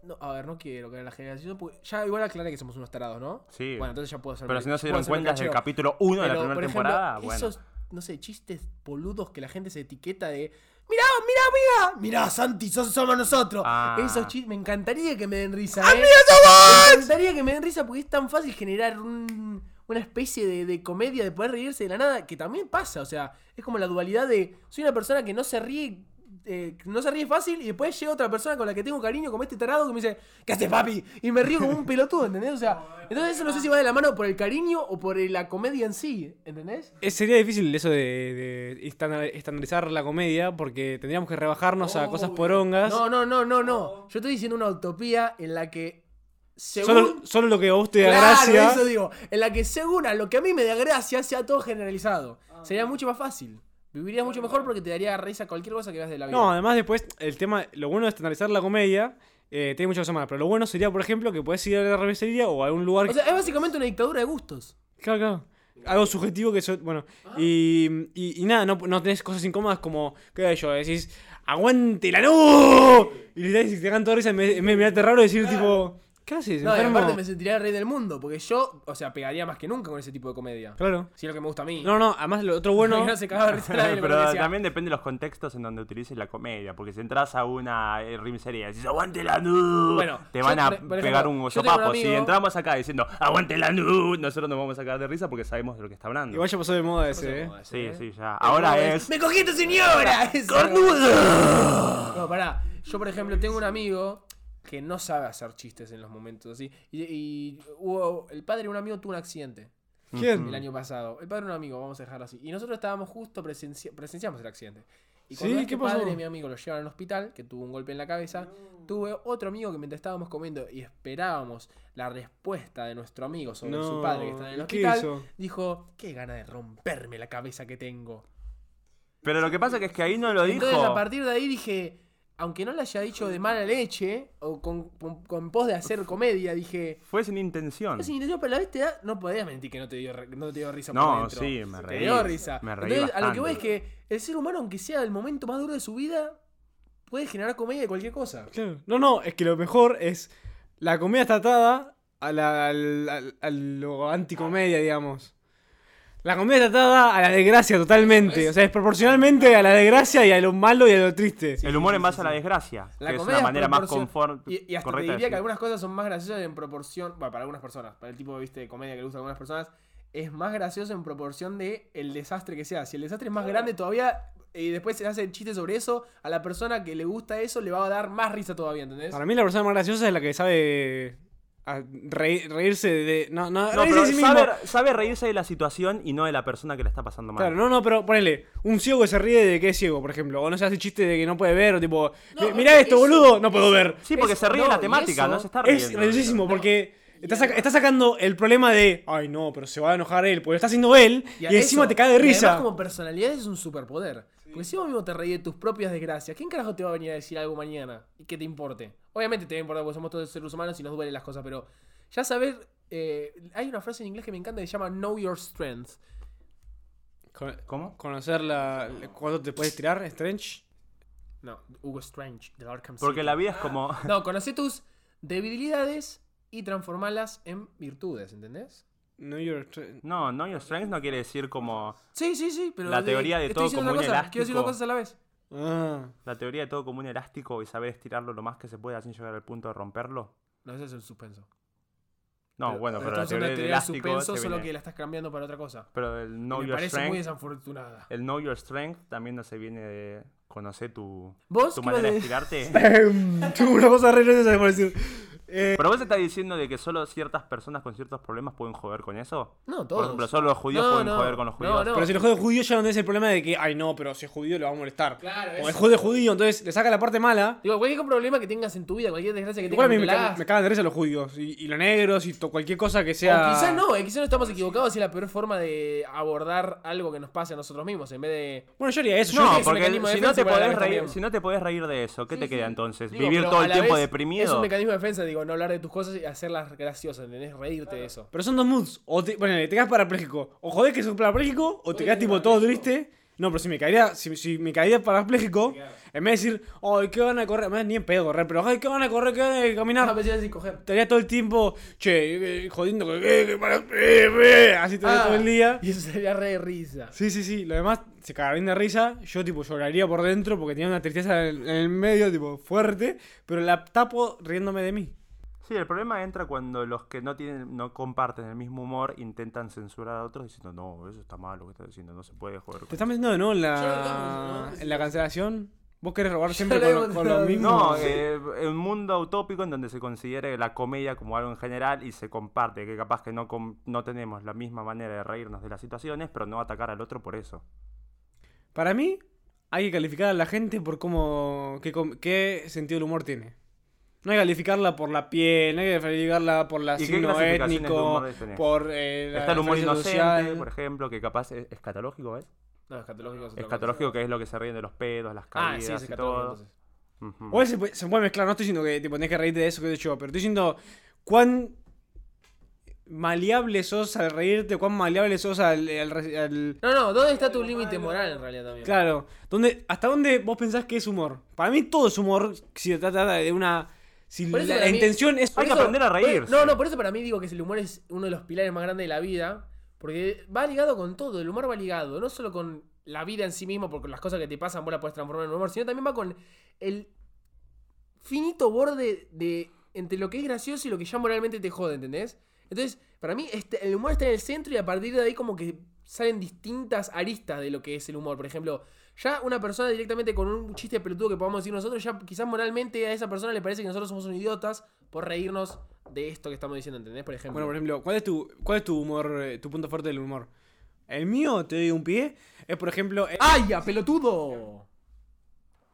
Speaker 4: No, a ver, no quiero que la generación. porque Ya igual aclaré que somos unos tarados, ¿no?
Speaker 1: Sí.
Speaker 4: Bueno, entonces ya puedo hacer
Speaker 1: Pero si no se dieron
Speaker 4: puedo ser un
Speaker 1: cuenta desde el
Speaker 4: canchero.
Speaker 1: capítulo 1 de la
Speaker 4: Pero,
Speaker 1: primera
Speaker 4: por ejemplo,
Speaker 1: temporada, bueno.
Speaker 4: Esos, no sé, chistes boludos que la gente se etiqueta de. ¡Mirá, mirá, mirá! ¡Mirá, Santi, sos, somos nosotros!
Speaker 1: Ah.
Speaker 4: Esos chistes, me encantaría que me den risa. ¿eh? somos! Me encantaría que me den risa porque es tan fácil generar un- una especie de, de comedia, de poder reírse de la nada, que también pasa. O sea, es como la dualidad de. Soy una persona que no se ríe. eh, que no se ríe fácil y después llega otra persona con la que tengo cariño como este tarado que me dice ¿Qué haces papi? y me río como un pelotudo ¿entendés? o sea entonces eso no sé si va de la mano por el cariño o por eh, la comedia en sí ¿entendés?
Speaker 2: Eh, Sería difícil eso de, de estandar- estandarizar la comedia porque tendríamos que rebajarnos a cosas porongas.
Speaker 4: Oh. No, no, no, no, no. Yo estoy diciendo una utopía en la que. Según.
Speaker 2: solo, solo lo que a vos te da
Speaker 4: Claro,
Speaker 2: gracia.
Speaker 4: eso digo. En la que, según a lo que a mí me da gracia, sea todo generalizado. Sería mucho más fácil. Vivirías mucho mejor porque te daría risa cualquier cosa que veas de la vida.
Speaker 2: No, además después el tema, lo bueno de estandarizar la comedia, eh, tiene muchas cosas malas, pero lo bueno sería, por ejemplo, que puedes ir a la revisería o a algún lugar...
Speaker 4: o sea, es básicamente una dictadura de gustos.
Speaker 2: Claro, claro. Algo subjetivo que yo, bueno,
Speaker 4: Ah.
Speaker 2: y, y, y nada, no, no tenés cosas incómodas como, qué sé yo, decís, aguante la no, y le das y te dan toda risa, me, me mirarte raro y decir tipo, ¿qué haces?
Speaker 4: No, y
Speaker 2: enfermo?".
Speaker 4: aparte me sentiría el rey del mundo. Porque yo, o sea, pegaría más que nunca con ese tipo de comedia.
Speaker 2: Claro.
Speaker 4: Si es lo que me gusta a mí.
Speaker 2: No, no, además lo otro
Speaker 4: Bueno,
Speaker 2: bueno,
Speaker 4: no se cagaba de risa nadie,
Speaker 1: Pero
Speaker 4: porque decía,
Speaker 1: también depende de los contextos en donde utilices la comedia. Porque si entras a una eh, rimisería y dices ¡Aguante la nud!
Speaker 4: Bueno,
Speaker 1: te
Speaker 4: yo,
Speaker 1: van a
Speaker 4: por- por
Speaker 1: pegar
Speaker 4: ejemplo,
Speaker 1: un
Speaker 4: yo tengo un
Speaker 1: sopapo. Si
Speaker 4: amigo-
Speaker 1: entramos acá diciendo ¡Aguante la nud! Nosotros nos vamos a cagar de risa porque sabemos de lo que está hablando.
Speaker 2: igual ya pasó de moda ese, eh.
Speaker 1: Sí, sí, ya. Ahora es.
Speaker 4: ¡Me cogí a tu señora! ¡Cornuda! No, pará. Yo, por ejemplo, tengo un amigo que no sabe hacer chistes en los momentos así. Y, y hubo- el padre de un amigo tuvo un accidente el
Speaker 2: ¿Quién?
Speaker 4: año pasado. El padre de un amigo, vamos a dejarlo así. Y nosotros estábamos justo, presenci- presenciamos el accidente. Y cuando
Speaker 2: Sí,
Speaker 4: este
Speaker 2: ¿qué pasó?
Speaker 4: padre de mi amigo lo llevaron al hospital, que tuvo un golpe en la cabeza, tuve otro amigo que mientras estábamos comiendo y esperábamos la respuesta de nuestro amigo sobre
Speaker 2: No,
Speaker 4: su padre que está en el
Speaker 2: ¿y qué
Speaker 4: hospital,
Speaker 2: hizo?
Speaker 4: dijo, qué gana de romperme la cabeza que tengo.
Speaker 1: Pero lo que pasa que es que ahí no lo
Speaker 4: Entonces a
Speaker 1: dijo.
Speaker 4: partir de ahí dije, aunque no le haya dicho de mala leche, o con, con, con pos de hacer comedia, dije,
Speaker 1: Fue sin intención.
Speaker 4: no sin intención, pero a la vez te da, no podías mentir que no te dio, re- no te dio risa por
Speaker 1: No,
Speaker 4: dentro.
Speaker 1: sí, me
Speaker 4: Te
Speaker 1: reí.
Speaker 4: dio risa.
Speaker 1: Me reí
Speaker 4: Entonces, a lo
Speaker 1: bastante.
Speaker 4: que voy es que el ser humano, aunque sea el momento más duro de su vida, puede generar comedia de cualquier cosa.
Speaker 2: Claro. No, no, es que lo mejor es la comedia está atada a, la, al- al- a lo anticomedia, digamos. La comedia está atada a la desgracia totalmente. O sea, es proporcionalmente a la desgracia y a lo malo y a lo triste.
Speaker 1: el humor en base a la desgracia,
Speaker 4: La
Speaker 1: que es
Speaker 4: comedia
Speaker 1: una manera más
Speaker 4: proporcion-
Speaker 1: confort,
Speaker 4: Y, y hasta te
Speaker 1: correcta de
Speaker 4: diría que
Speaker 1: decir.
Speaker 4: algunas cosas son más graciosas en proporción. Bueno, para algunas personas, para el tipo viste, de comedia que le gusta a algunas personas, es más gracioso en proporción de el desastre que sea. Si el desastre es más grande todavía eh, y después se hace el chiste sobre eso, a la persona que le gusta eso le va a dar más risa todavía, ¿entendés?
Speaker 2: Para mí la persona más graciosa es la que sabe a- reí- reírse de... No, no,
Speaker 1: No,
Speaker 2: reírse
Speaker 1: pero
Speaker 2: de sí mismo.
Speaker 1: sabe, sabe reírse de la situación y no de la persona que la está pasando mal.
Speaker 2: Claro, no, no, pero ponele, un ciego que se ríe de que es ciego, por ejemplo, o no se hace chiste de que no puede ver, o tipo, "Mi- mirá
Speaker 4: eso-
Speaker 2: esto, boludo, no puedo ver.
Speaker 1: Sí, porque
Speaker 4: Eso-
Speaker 1: se ríe de
Speaker 4: no,
Speaker 1: la
Speaker 4: y
Speaker 1: temática,
Speaker 4: eso
Speaker 1: no se está riendo.
Speaker 2: Es graciosísimo, porque está, saca- está sacando el problema de, ay no, pero se va a enojar él, porque lo está haciendo él, y,
Speaker 4: a
Speaker 2: encima
Speaker 4: eso-
Speaker 2: te cae de
Speaker 4: y además
Speaker 2: risa.
Speaker 4: como personalidad es un superpoder. Porque si vos mismo te reís de tus propias desgracias, ¿quién carajo te va a venir a decir algo mañana y que te importe? Obviamente te va a importar porque somos todos seres humanos y nos duelen las cosas, pero ya saber. eh, hay una frase en inglés que me encanta que se llama Know Your Strength.
Speaker 2: Con-
Speaker 1: ¿Cómo?
Speaker 2: Conocer la, cuánto te puedes tirar, Strange.
Speaker 4: No, Hugo Strange, de Arkham City.
Speaker 1: Porque la vida es como.
Speaker 4: No, conoce tus debilidades y transformalas en virtudes, ¿entendés?
Speaker 2: New York. Stra-
Speaker 1: No, no, your strength no quiere decir como.
Speaker 4: Sí, sí, sí, pero.
Speaker 1: La teoría de
Speaker 4: estoy
Speaker 1: todo
Speaker 4: diciendo
Speaker 1: como
Speaker 4: una
Speaker 1: un
Speaker 4: cosa, Quiero
Speaker 1: elástico.
Speaker 4: decir dos cosas a la vez.
Speaker 2: Ah,
Speaker 1: La teoría de todo como un elástico y saber estirarlo lo más que se pueda sin llegar al punto de romperlo.
Speaker 4: No, ese es el suspenso.
Speaker 1: No, bueno, pero la
Speaker 4: estamos
Speaker 1: teoría
Speaker 4: hablando de
Speaker 1: del
Speaker 4: teoría del
Speaker 1: elástico.
Speaker 4: suspenso,
Speaker 1: se
Speaker 4: solo
Speaker 1: viene-
Speaker 4: que la estás cambiando para otra cosa.
Speaker 1: Pero el know
Speaker 4: me
Speaker 1: your
Speaker 4: parece muy
Speaker 1: strength.
Speaker 4: desafortunada.
Speaker 1: El know your strength también no se viene de conocer tu,
Speaker 4: ¿Vos
Speaker 1: tu
Speaker 4: qué
Speaker 1: manera
Speaker 4: vas a
Speaker 1: de
Speaker 4: decir?
Speaker 1: estirarte.
Speaker 2: Tuve una cosa re graciosa por decir.
Speaker 1: Pero vos estás diciendo de que solo ciertas personas con ciertos problemas pueden joder con eso.
Speaker 4: No,
Speaker 1: Por
Speaker 4: todos.
Speaker 1: ejemplo, solo los judíos
Speaker 4: No,
Speaker 1: pueden
Speaker 4: no,
Speaker 1: joder con los
Speaker 4: no,
Speaker 1: judíos.
Speaker 4: no.
Speaker 2: Pero si el juego de judío ya no tenés el problema de que, ay no, pero si es judío lo va a molestar.
Speaker 4: Claro,
Speaker 2: Como
Speaker 4: es-
Speaker 2: el juego de judío, entonces le saca la parte mala.
Speaker 4: Digo, cualquier problema que tengas en tu vida, cualquier desgracia que
Speaker 2: Igual a
Speaker 4: tengas,
Speaker 2: mí me,
Speaker 4: la
Speaker 2: ca- me cagan de risa los judíos. Y, y los negros y to- cualquier cosa que sea.
Speaker 4: O quizás no, eh, quizás no estamos equivocados y es la peor forma de abordar algo que nos pase a nosotros mismos. En vez de.
Speaker 2: Bueno, yo haría eso. yo
Speaker 4: creo que
Speaker 1: No,
Speaker 4: es un
Speaker 1: porque
Speaker 4: mecanismo de
Speaker 1: si no, te
Speaker 4: defensa para la
Speaker 1: podés
Speaker 4: vez
Speaker 1: reír,
Speaker 4: también.
Speaker 1: si no te podés reír de eso, ¿qué te queda entonces?
Speaker 4: Digo,
Speaker 1: ¿Vivir
Speaker 4: pero
Speaker 1: todo
Speaker 4: a
Speaker 1: el
Speaker 4: la
Speaker 1: tiempo
Speaker 4: vez Es un
Speaker 1: deprimido?
Speaker 4: mecanismo de defensa, digo, no hablar de tus cosas y hacerlas graciosas, ¿entendés? Reírte de eso.
Speaker 2: Pero son dos moods. O te, bueno, te quedas parapléjico. O jodés que sos parapléjico, o te quedas tipo todo triste. No, pero si me caería, si, si me caería parapléjico, en vez de decir, ay, ¿qué van a correr? Me da ni en pedo correr, pero ay, ¿qué van a correr? ¿Qué van a
Speaker 4: Ah,
Speaker 2: caminar?
Speaker 4: pensé que era sin coger.
Speaker 2: Estaría todo el tiempo, che, eh, jodiendo, que, eh, que para- eh, eh", así estaría
Speaker 4: Ah,
Speaker 2: todo el día.
Speaker 4: Y eso sería re de risa.
Speaker 2: Sí, sí, sí. Lo demás se cagarían de risa. Yo, tipo, lloraría por dentro porque tenía una tristeza en en el medio, tipo, fuerte. Pero la tapo riéndome de mí.
Speaker 1: Sí, el problema entra cuando los que no tienen, no comparten el mismo humor intentan censurar a otros diciendo, no, eso está mal, lo que estás diciendo, no se puede joder.
Speaker 2: ¿Te
Speaker 1: con
Speaker 2: estás metiendo de nuevo en
Speaker 4: Ya lo estamos,
Speaker 2: la,
Speaker 1: Pues
Speaker 4: ¿no? Sí,
Speaker 2: en la
Speaker 4: sí.
Speaker 2: cancelación? ¿Vos querés robar
Speaker 4: Ya
Speaker 2: siempre
Speaker 4: lo
Speaker 2: con, lo-
Speaker 4: hemos
Speaker 2: con los
Speaker 4: hablado.
Speaker 1: eso".
Speaker 2: mismos?
Speaker 1: No, eh, un mundo utópico en donde se considere la comedia como algo en general y se comparte, que capaz que no, com- no tenemos la misma manera de reírnos de las situaciones, pero no atacar al otro por eso.
Speaker 2: Para mí, hay que calificar a la gente por cómo. qué, com- qué sentido del humor tiene. No hay que calificarla por la piel, no hay que calificarla por la
Speaker 1: ¿Y qué
Speaker 2: signo
Speaker 1: clasificaciones de
Speaker 2: étnico,
Speaker 1: humor tenés?
Speaker 2: por eh, la
Speaker 1: Está el humor
Speaker 2: diferencia
Speaker 1: inocente,
Speaker 2: social.
Speaker 1: por ejemplo, que capaz es escatológico, ¿ves?
Speaker 4: No, escatológico es otra
Speaker 1: Escatológico que es lo que se ríen de los pedos, las
Speaker 4: cosa.
Speaker 1: caídas
Speaker 4: Ah, sí, es
Speaker 1: y
Speaker 4: escatológico.
Speaker 1: todo.
Speaker 4: entonces.
Speaker 1: Ujú.
Speaker 2: Igual se puede, se puede mezclar, no estoy diciendo que tipo, tenés que reírte de eso que he dicho, pero estoy diciendo cuán maleable sos al reírte, cuán maleable sos al- al- al
Speaker 4: No, no, ¿dónde está tu límite moral en realidad también?
Speaker 2: Claro, ¿Dónde, ¿hasta dónde vos pensás que es humor? Para mí todo es humor si se trata de una... Si
Speaker 4: Por
Speaker 2: la,
Speaker 4: eso
Speaker 2: la
Speaker 4: para mí-
Speaker 2: intención es...
Speaker 1: Hay que
Speaker 4: eso-
Speaker 1: aprender a
Speaker 4: por-
Speaker 1: reírse.
Speaker 4: No, no, por eso para mí digo que el humor es uno de los pilares más grandes de la vida. Porque va ligado con todo, el humor va ligado, no solo con la vida en sí mismo, porque las cosas que te pasan vos las puedes transformar en humor, sino también va con el finito borde de entre lo que es gracioso y lo que ya moralmente te jode, ¿entendés? Entonces, para mí este- el humor está en el centro y a partir de ahí como que salen distintas aristas de lo que es el humor. Por ejemplo, ya una persona directamente con un chiste pelotudo que podamos decir nosotros, ya quizás moralmente a esa persona le parece que nosotros somos unos idiotas por reírnos de esto que estamos diciendo, ¿entendés? Por ejemplo.
Speaker 2: Bueno, por ejemplo, ¿cuál es tu, cuál es tu humor, eh, tu punto fuerte del humor? El mío, te doy un pie, es por ejemplo... eh,
Speaker 4: ¡Ay, a pelotudo!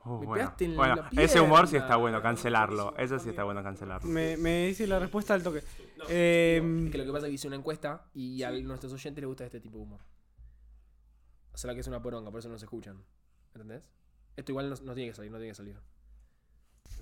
Speaker 1: Uh,
Speaker 4: Me
Speaker 1: bueno,
Speaker 4: pegaste en la
Speaker 1: Bueno, ese
Speaker 4: pierna.
Speaker 1: humor sí está bueno cancelarlo. Eso sí está bueno cancelarlo.
Speaker 2: me, me dice la respuesta al toque. Eh,
Speaker 4: Es que lo que pasa es que hice una encuesta y a nuestros oyentes les gusta este tipo de humor. O sea, la que es una poronga, por eso no se escuchan. ¿Entendés? Esto igual no, no tiene que salir, no tiene que salir.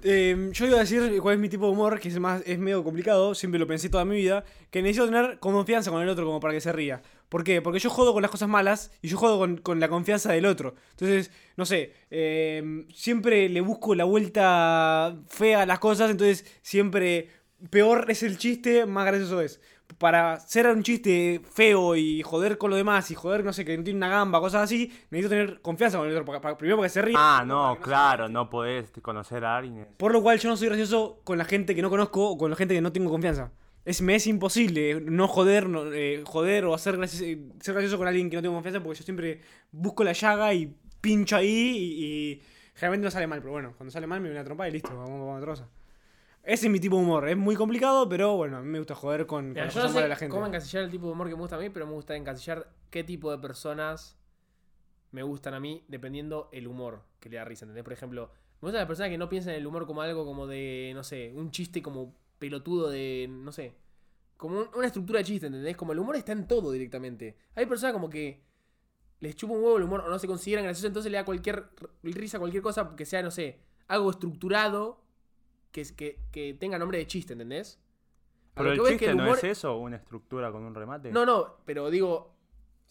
Speaker 2: eh, yo iba a decir cuál es mi tipo de humor, que es, más, es medio complicado, siempre lo pensé toda mi vida, que necesito tener confianza con el otro como para que se ría. ¿Por qué? Porque yo jodo con las cosas malas y yo jodo con, con la confianza del otro. Entonces, no sé, eh, siempre le busco la vuelta fea a las cosas, entonces siempre peor es el chiste, más gracioso es. para ser un chiste feo y joder con lo demás y joder, no sé, que no tiene una gamba, cosas así, necesito tener confianza con el otro. porque- para- primero porque se ríe.
Speaker 1: Ah, no, claro, no podés conocer a alguien.
Speaker 2: Por lo cual yo no soy gracioso con la gente que no conozco o con la gente que no tengo confianza. Es, me es imposible eh, no joder, no, eh, joder o hacer graci- eh, ser gracioso con alguien que no tengo confianza porque yo siempre busco la llaga y pincho ahí y, y generalmente no sale mal, pero bueno, cuando sale mal me doy una trompa y listo, vamos, vamos a otra cosa. Ese es mi tipo de humor, es muy complicado, pero bueno, a mí me gusta joder con, con
Speaker 4: Mira,
Speaker 2: las
Speaker 4: yo no
Speaker 2: cosas malas de la
Speaker 4: sé
Speaker 2: gente.
Speaker 4: cómo encasillar el tipo de humor que me gusta a mí, pero me gusta encasillar qué tipo de personas me gustan a mí dependiendo el humor que le da risa, ¿entendés? Por ejemplo, me gustan las personas que no piensan en el humor como algo como de, no sé, un chiste como pelotudo de, no sé, como un- una estructura de chiste, ¿entendés? Como el humor está en todo directamente. Hay personas como que les chupa un huevo el humor o no se consideran graciosos, entonces le da cualquier r- risa, cualquier cosa que sea, no sé, algo estructurado que, es- que, que tenga nombre de chiste, ¿entendés? A
Speaker 1: Pero
Speaker 4: lo
Speaker 1: el
Speaker 4: que voy es que
Speaker 1: chiste no
Speaker 4: humor-
Speaker 1: es eso, una estructura con un remate.
Speaker 4: no, no, pero digo,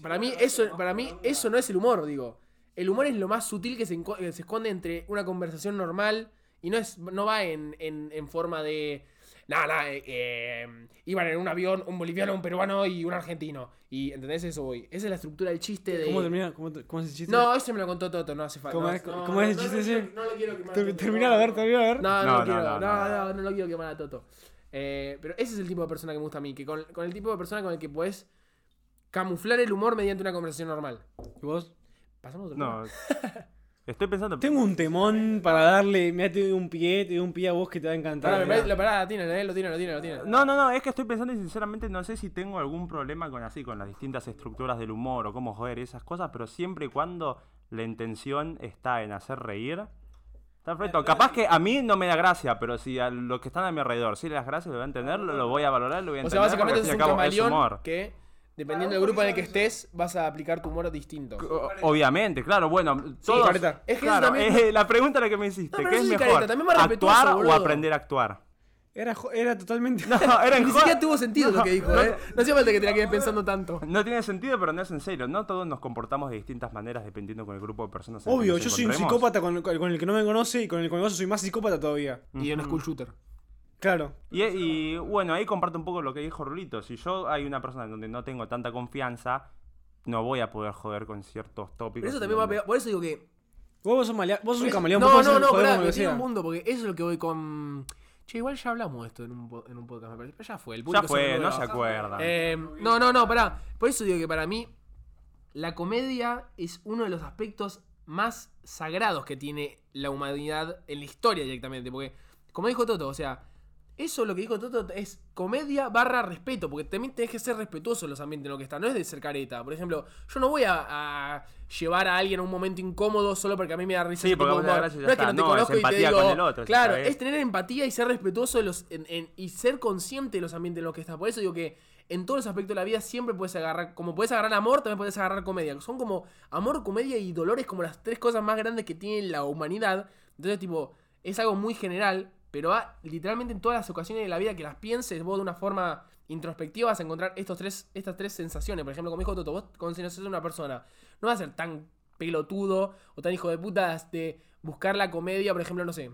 Speaker 4: para mí eso, para mí eso no es el humor, digo. El humor es lo más sutil que se, enco- que se esconde entre una conversación normal y no es no va en, en- en forma de nada, nada, eh, eh, iban en un avión un boliviano, un peruano y un argentino. Y ¿entendés eso voy? Esa es la estructura del chiste de
Speaker 7: ¿Cómo termina? ¿Cómo, te- cómo es el chiste?
Speaker 4: No, ese me lo contó Toto, no hace falta.
Speaker 7: ¿Cómo
Speaker 4: no,
Speaker 7: es-
Speaker 4: no,
Speaker 7: cómo es el
Speaker 4: no,
Speaker 7: chiste
Speaker 4: no,
Speaker 7: ese?
Speaker 4: No, lo quiero quemar.
Speaker 2: Ter-
Speaker 4: Toto,
Speaker 2: Terminalo, a ver, terminalo, a ver.
Speaker 4: no, no,
Speaker 1: No,
Speaker 4: lo
Speaker 1: no,
Speaker 4: quiero, no,
Speaker 1: no,
Speaker 4: no,
Speaker 1: no,
Speaker 4: no lo quiero quemar a Toto. Eh, pero ese es el tipo de persona que me gusta a mí, que con, con el tipo de persona con el que puedes camuflar el humor mediante una conversación normal.
Speaker 7: ¿Y vos?
Speaker 4: Pasamos a otro tema?
Speaker 1: No. Estoy pensando.
Speaker 2: Tengo un temón para darle, mira, te doy un pie, te doy un pie a vos que te va a encantar.
Speaker 4: Pará, me
Speaker 2: mirá.
Speaker 4: parece- la pará, tíralo, eh, lo tiran, lo tiran, lo tiran.
Speaker 1: No, no, no, es que estoy pensando y sinceramente no sé si tengo algún problema con así, con las distintas estructuras del humor o cómo joder esas cosas, pero siempre y cuando la intención está en hacer reír, está perfecto.
Speaker 4: eh,
Speaker 1: Capaz que a mí no me da gracia, pero si a los que están a mi alrededor sí les da gracia, lo voy a entender, lo, lo voy a valorar, lo voy a
Speaker 4: O
Speaker 1: entender.
Speaker 4: sea, básicamente
Speaker 1: porque, al fin y
Speaker 4: es un
Speaker 1: al cabo, es humor.
Speaker 4: camaleón que, dependiendo del grupo en el que estés, vas a aplicar tu humor distinto.
Speaker 1: O- Obviamente, claro, bueno, todos-
Speaker 2: careta.
Speaker 4: oh. Es que
Speaker 1: claro,
Speaker 4: eso también-
Speaker 1: eh, la pregunta es la que me hiciste,
Speaker 4: No, pero
Speaker 1: ¿qué
Speaker 4: eso
Speaker 1: es
Speaker 4: sí,
Speaker 1: mejor?
Speaker 4: careta, también más respetuoso,
Speaker 1: ¿Actuar o
Speaker 4: boludo.
Speaker 1: aprender a actuar?
Speaker 2: Era, jo- era totalmente.
Speaker 1: No, era en
Speaker 4: Ni
Speaker 1: joda.
Speaker 4: siquiera tuvo sentido lo que dijo,
Speaker 1: no,
Speaker 4: ¿eh? No hacía falta que te la quedes pensando tanto.
Speaker 1: No tiene sentido, pero no es en serio. No todos nos comportamos de distintas maneras dependiendo con el grupo de personas. en el que
Speaker 2: Obvio,
Speaker 1: nos
Speaker 2: yo soy un
Speaker 1: encontremos.
Speaker 2: psicópata con, con el que no me conoce y con el que me conoce soy más psicópata todavía.
Speaker 4: Y en School Shooter.
Speaker 2: Claro.
Speaker 1: Y, y, bueno, ahí comparto un poco lo que dijo Rulito. Si yo hay una persona en donde no tengo tanta confianza, no voy a poder joder con ciertos tópicos.
Speaker 4: Pero eso
Speaker 1: en
Speaker 4: también va a
Speaker 1: donde-
Speaker 4: pegar. Por eso digo que
Speaker 2: Vos sos, malea- vos sos un
Speaker 4: Por eso-
Speaker 2: camaleón. vos
Speaker 4: Pues, No,
Speaker 2: podés hacer-
Speaker 4: no, no,
Speaker 2: joder
Speaker 4: pará,
Speaker 2: como
Speaker 4: me
Speaker 2: lo
Speaker 4: tiene
Speaker 2: sea.
Speaker 4: un mundo, porque eso es lo que voy con. Che, igual ya hablamos de esto en un, po- en un podcast, me parece. Pero ya fue, el público
Speaker 1: Ya fue,
Speaker 4: renueva.
Speaker 1: no se acuerda.
Speaker 4: Eh, no, no, no, pará. Por eso digo que para mí, la comedia es uno de los aspectos más sagrados que tiene la humanidad en la historia directamente. Porque, como dijo Toto, o sea, eso lo que dijo Toto es comedia barra respeto, porque también tenés que ser respetuoso en los ambientes en los que está, no es de ser careta. Por ejemplo, yo no voy a, a llevar a alguien a un momento incómodo solo porque a mí me da risa.
Speaker 1: Sí,
Speaker 4: ese tipo
Speaker 1: porque
Speaker 4: de
Speaker 1: vos le das
Speaker 4: humor.
Speaker 1: gracia y ya está.
Speaker 4: no es que no te
Speaker 1: No, es
Speaker 4: conozco y te
Speaker 1: empatía
Speaker 4: digo.
Speaker 1: con el otro,
Speaker 4: claro,
Speaker 1: ¿sabes?
Speaker 4: es tener empatía y ser respetuoso de los, en- en- y ser consciente de los ambientes en los que estás. Por eso digo que en todos los aspectos de la vida siempre puedes agarrar, como puedes agarrar amor, también puedes agarrar comedia. Son como amor, comedia y dolor es como las tres cosas más grandes que tiene la humanidad. Entonces, tipo, es algo muy general, pero ah, literalmente en todas las ocasiones de la vida que las pienses vos de una forma introspectiva vas a encontrar estos tres, estas tres sensaciones. Por ejemplo, como dijo Toto, vos conoces a una persona, no vas a ser tan pelotudo o tan hijo de puta de buscar la comedia, por ejemplo, no sé,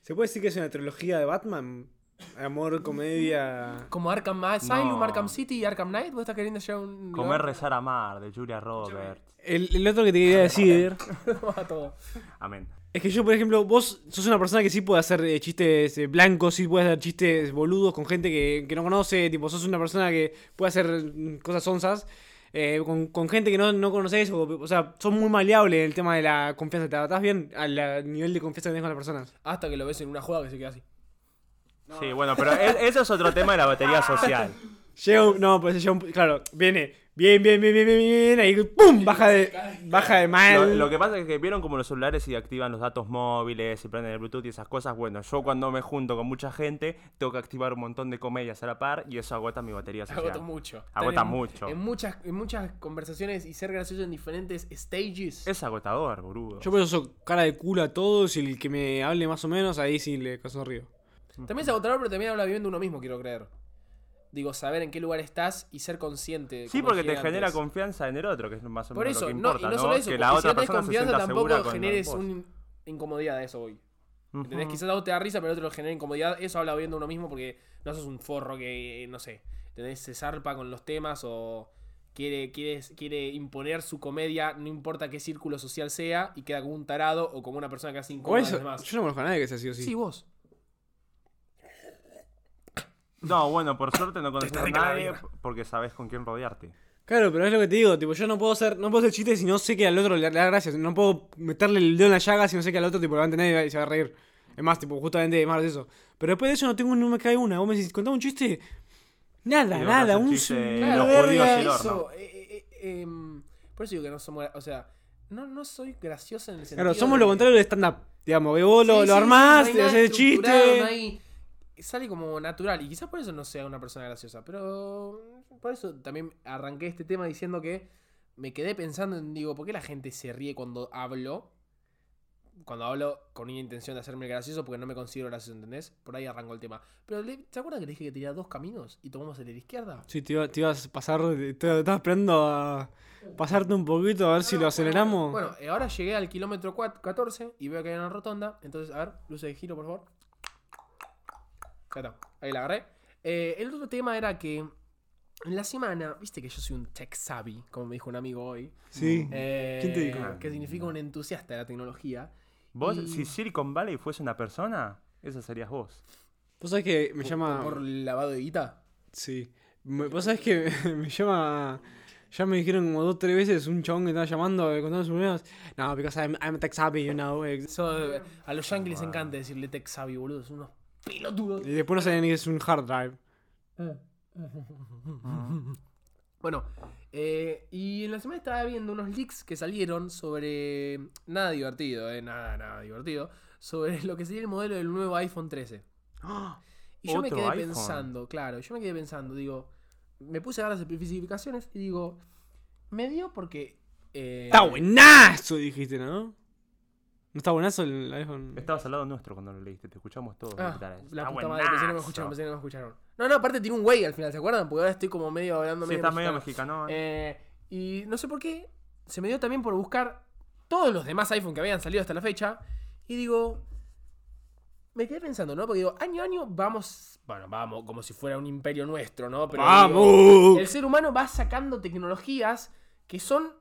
Speaker 2: ¿Se puede decir que es una trilogía de Batman? Amor, comedia.
Speaker 4: Como Arkham ah, Asylum,
Speaker 1: No.
Speaker 4: Arkham City y Arkham Knight, vos estás queriendo llegar a un.
Speaker 1: Comer, rezar, amar, de Julia Roberts.
Speaker 7: El, el otro que te quería decir.
Speaker 4: a todo.
Speaker 1: Amén.
Speaker 2: Es que yo, por ejemplo, vos sos una persona que sí puede hacer eh, chistes eh, blancos, sí puede hacer chistes boludos con gente que, que no conoce, tipo, sos una persona que puede hacer mm, cosas onzas. eh, con, con gente que no, no conoces, o, o sea, sos muy maleable en el tema de la confianza. Te adaptás bien al al nivel de confianza que tenés con las personas.
Speaker 4: Hasta que lo ves en una jugada que se queda así.
Speaker 1: Sí, bueno, pero e- eso es otro tema de la batería social.
Speaker 2: Llega un- no, pues llega un, claro, viene, bien, bien, bien, bien, bien, bien, bien, ahí, pum, baja de, baja de
Speaker 1: Lo,
Speaker 2: mal.
Speaker 1: lo que pasa es que vieron como los celulares y activan los datos móviles y prenden el Bluetooth y esas cosas. Bueno, yo cuando me junto con mucha gente, tengo que activar un montón de comedias a la par y eso agota mi batería social.
Speaker 4: Agota mucho.
Speaker 1: Agota
Speaker 4: Estar en-
Speaker 1: mucho.
Speaker 4: En muchas, en muchas conversaciones y ser gracioso en diferentes stages.
Speaker 1: Es agotador, boludo.
Speaker 7: Yo por eso soy cara de culo a todos y el que me hable más o menos, ahí sí le caso río.
Speaker 4: También es agotador, pero también habla bien de uno mismo, quiero creer. Digo, saber en qué lugar estás y ser consciente. de
Speaker 1: Sí,
Speaker 4: cómo
Speaker 1: porque
Speaker 4: llegué
Speaker 1: te genera
Speaker 4: antes.
Speaker 1: confianza en el otro, que es más o menos
Speaker 4: Por
Speaker 1: lo
Speaker 4: eso,
Speaker 1: que
Speaker 4: no,
Speaker 1: importa,
Speaker 4: y no solo eso,
Speaker 1: Que
Speaker 4: porque
Speaker 1: la
Speaker 4: si
Speaker 1: otra
Speaker 4: no tenés
Speaker 1: persona se
Speaker 4: confianza
Speaker 1: sienta segura
Speaker 4: tampoco
Speaker 1: con
Speaker 4: generes
Speaker 1: vos.
Speaker 4: una incomodidad de eso hoy. ¿Entendés? Quizás a vos te da risa, pero a otro lo genera incomodidad. Eso habla bien de uno mismo porque no sos un forro que, eh, no sé, ¿entendés? Se zarpa con los temas o quiere, quiere, quiere imponer su comedia, no importa qué círculo social sea, y queda como un tarado o como una persona que hace
Speaker 2: O
Speaker 4: incómoda a
Speaker 2: eso,
Speaker 4: los demás.
Speaker 2: yo no conozco a nadie que sea así o sí.
Speaker 4: Sí, vos.
Speaker 1: No, bueno, por suerte no conoces
Speaker 4: está
Speaker 1: a
Speaker 4: rica la
Speaker 1: nadie
Speaker 4: vida.
Speaker 1: porque sabes con quién rodearte.
Speaker 2: Claro, pero es lo que te digo, tipo, yo no puedo hacer, no puedo hacer chistes si no sé que al otro le, le da gracia, no puedo meterle el dedo en la llaga si no sé que al otro tipo lo va a entender y se va a reír. Es más, tipo, justamente es más de eso. Pero después de eso no tengo no me cae una. Vos me decís, contame un chiste. Nada,
Speaker 1: Y vos haces
Speaker 2: nada, un
Speaker 1: chiste de
Speaker 2: una
Speaker 1: los
Speaker 2: verga.
Speaker 1: judíos y el horno.
Speaker 4: eso. eh, eh, eh, em, por eso digo que no somos. gra- O sea, no, no soy gracioso en el sentido.
Speaker 2: Claro, somos
Speaker 4: de
Speaker 2: lo
Speaker 4: que-
Speaker 2: contrario del stand-up. Digamos, que vos lo,
Speaker 4: Sí,
Speaker 2: lo
Speaker 4: sí,
Speaker 2: armás,
Speaker 4: sí, no hay
Speaker 2: te
Speaker 4: nada
Speaker 2: haces
Speaker 4: estructurado,
Speaker 2: chiste.
Speaker 4: no hay- Sale como natural. Y quizás por eso no sea una persona graciosa. Pero por eso también arranqué este tema diciendo que me quedé pensando en, digo, ¿por qué la gente se ríe cuando hablo? Cuando hablo con una intención de hacerme el gracioso porque no me considero gracioso, ¿entendés? Por ahí arrancó el tema. Pero ¿le- ¿te acuerdas que te dije que tenía dos caminos y tomamos el de la izquierda?
Speaker 2: Sí, te, iba- te ibas a pasar, te, te estaba esperando a pasarte un poquito a ver si
Speaker 4: No,
Speaker 2: lo
Speaker 4: no,
Speaker 2: aceleramos.
Speaker 4: Bueno, eh, ahora llegué al kilómetro cuat- 14 y veo que hay una rotonda. Entonces, a ver, luces de giro, por favor. Ya está, ahí la agarré. Eh, el otro tema era que en la semana, viste que yo soy un tech savvy, como me dijo un amigo hoy.
Speaker 2: sí.
Speaker 4: Eh,
Speaker 2: Mm. ¿Quién te dijo? Ah,
Speaker 4: Que significa un entusiasta de la tecnología.
Speaker 1: Vos,
Speaker 4: Y-
Speaker 1: si Silicon Valley fuese una persona, esa serías vos.
Speaker 2: Vos sabés que me
Speaker 4: Por-
Speaker 2: llama.
Speaker 4: Por lavado de guita.
Speaker 2: Sí. Me, Vos sabés que me llama. Ya me dijeron como dos o tres veces un chabón que estaba llamando eh, contando sus problemas. No, because I'm, I'm tech savvy, you know. eh.
Speaker 4: Eso, eh, a
Speaker 2: Ah,
Speaker 4: los yankees les encanta decirle tech savvy, boludo. Son unos pelotudos.
Speaker 2: Y después no sabían ni que es un hard drive.
Speaker 4: Bueno, eh, y en la semana estaba viendo unos leaks que salieron sobre. Nada divertido, eh, nada, nada divertido. Sobre lo que sería el modelo del nuevo iPhone 13. Y yo me
Speaker 1: ¿Otro
Speaker 4: quedé
Speaker 1: iPhone?
Speaker 4: pensando, claro, yo me quedé pensando, digo. Me puse a ver las especificaciones y digo. Me dio porque. eh,
Speaker 2: Está buenazo, dijiste, ¿no? ¿No está buenazo el iPhone?
Speaker 1: Estabas al lado nuestro cuando lo leíste, te escuchamos todos.
Speaker 4: Ah,
Speaker 1: gritar,
Speaker 4: la
Speaker 1: "Está
Speaker 4: puta madre, pensé que no me
Speaker 1: buenazo".
Speaker 4: escucharon, pensé que no me escucharon. No, no, aparte tiene un güey al final, ¿se acuerdan? Porque ahora estoy como medio hablando
Speaker 1: Sí, estás medio mexicano. ¿eh?
Speaker 4: Eh, y no sé por qué, se me dio también por buscar todos los demás iPhone que habían salido hasta la fecha. Y digo, me quedé pensando, ¿no? Porque digo, año a año vamos, bueno, vamos, como si fuera un imperio nuestro, ¿no? Pero digo,
Speaker 2: ¡Vamos!
Speaker 4: el ser humano va sacando tecnologías que son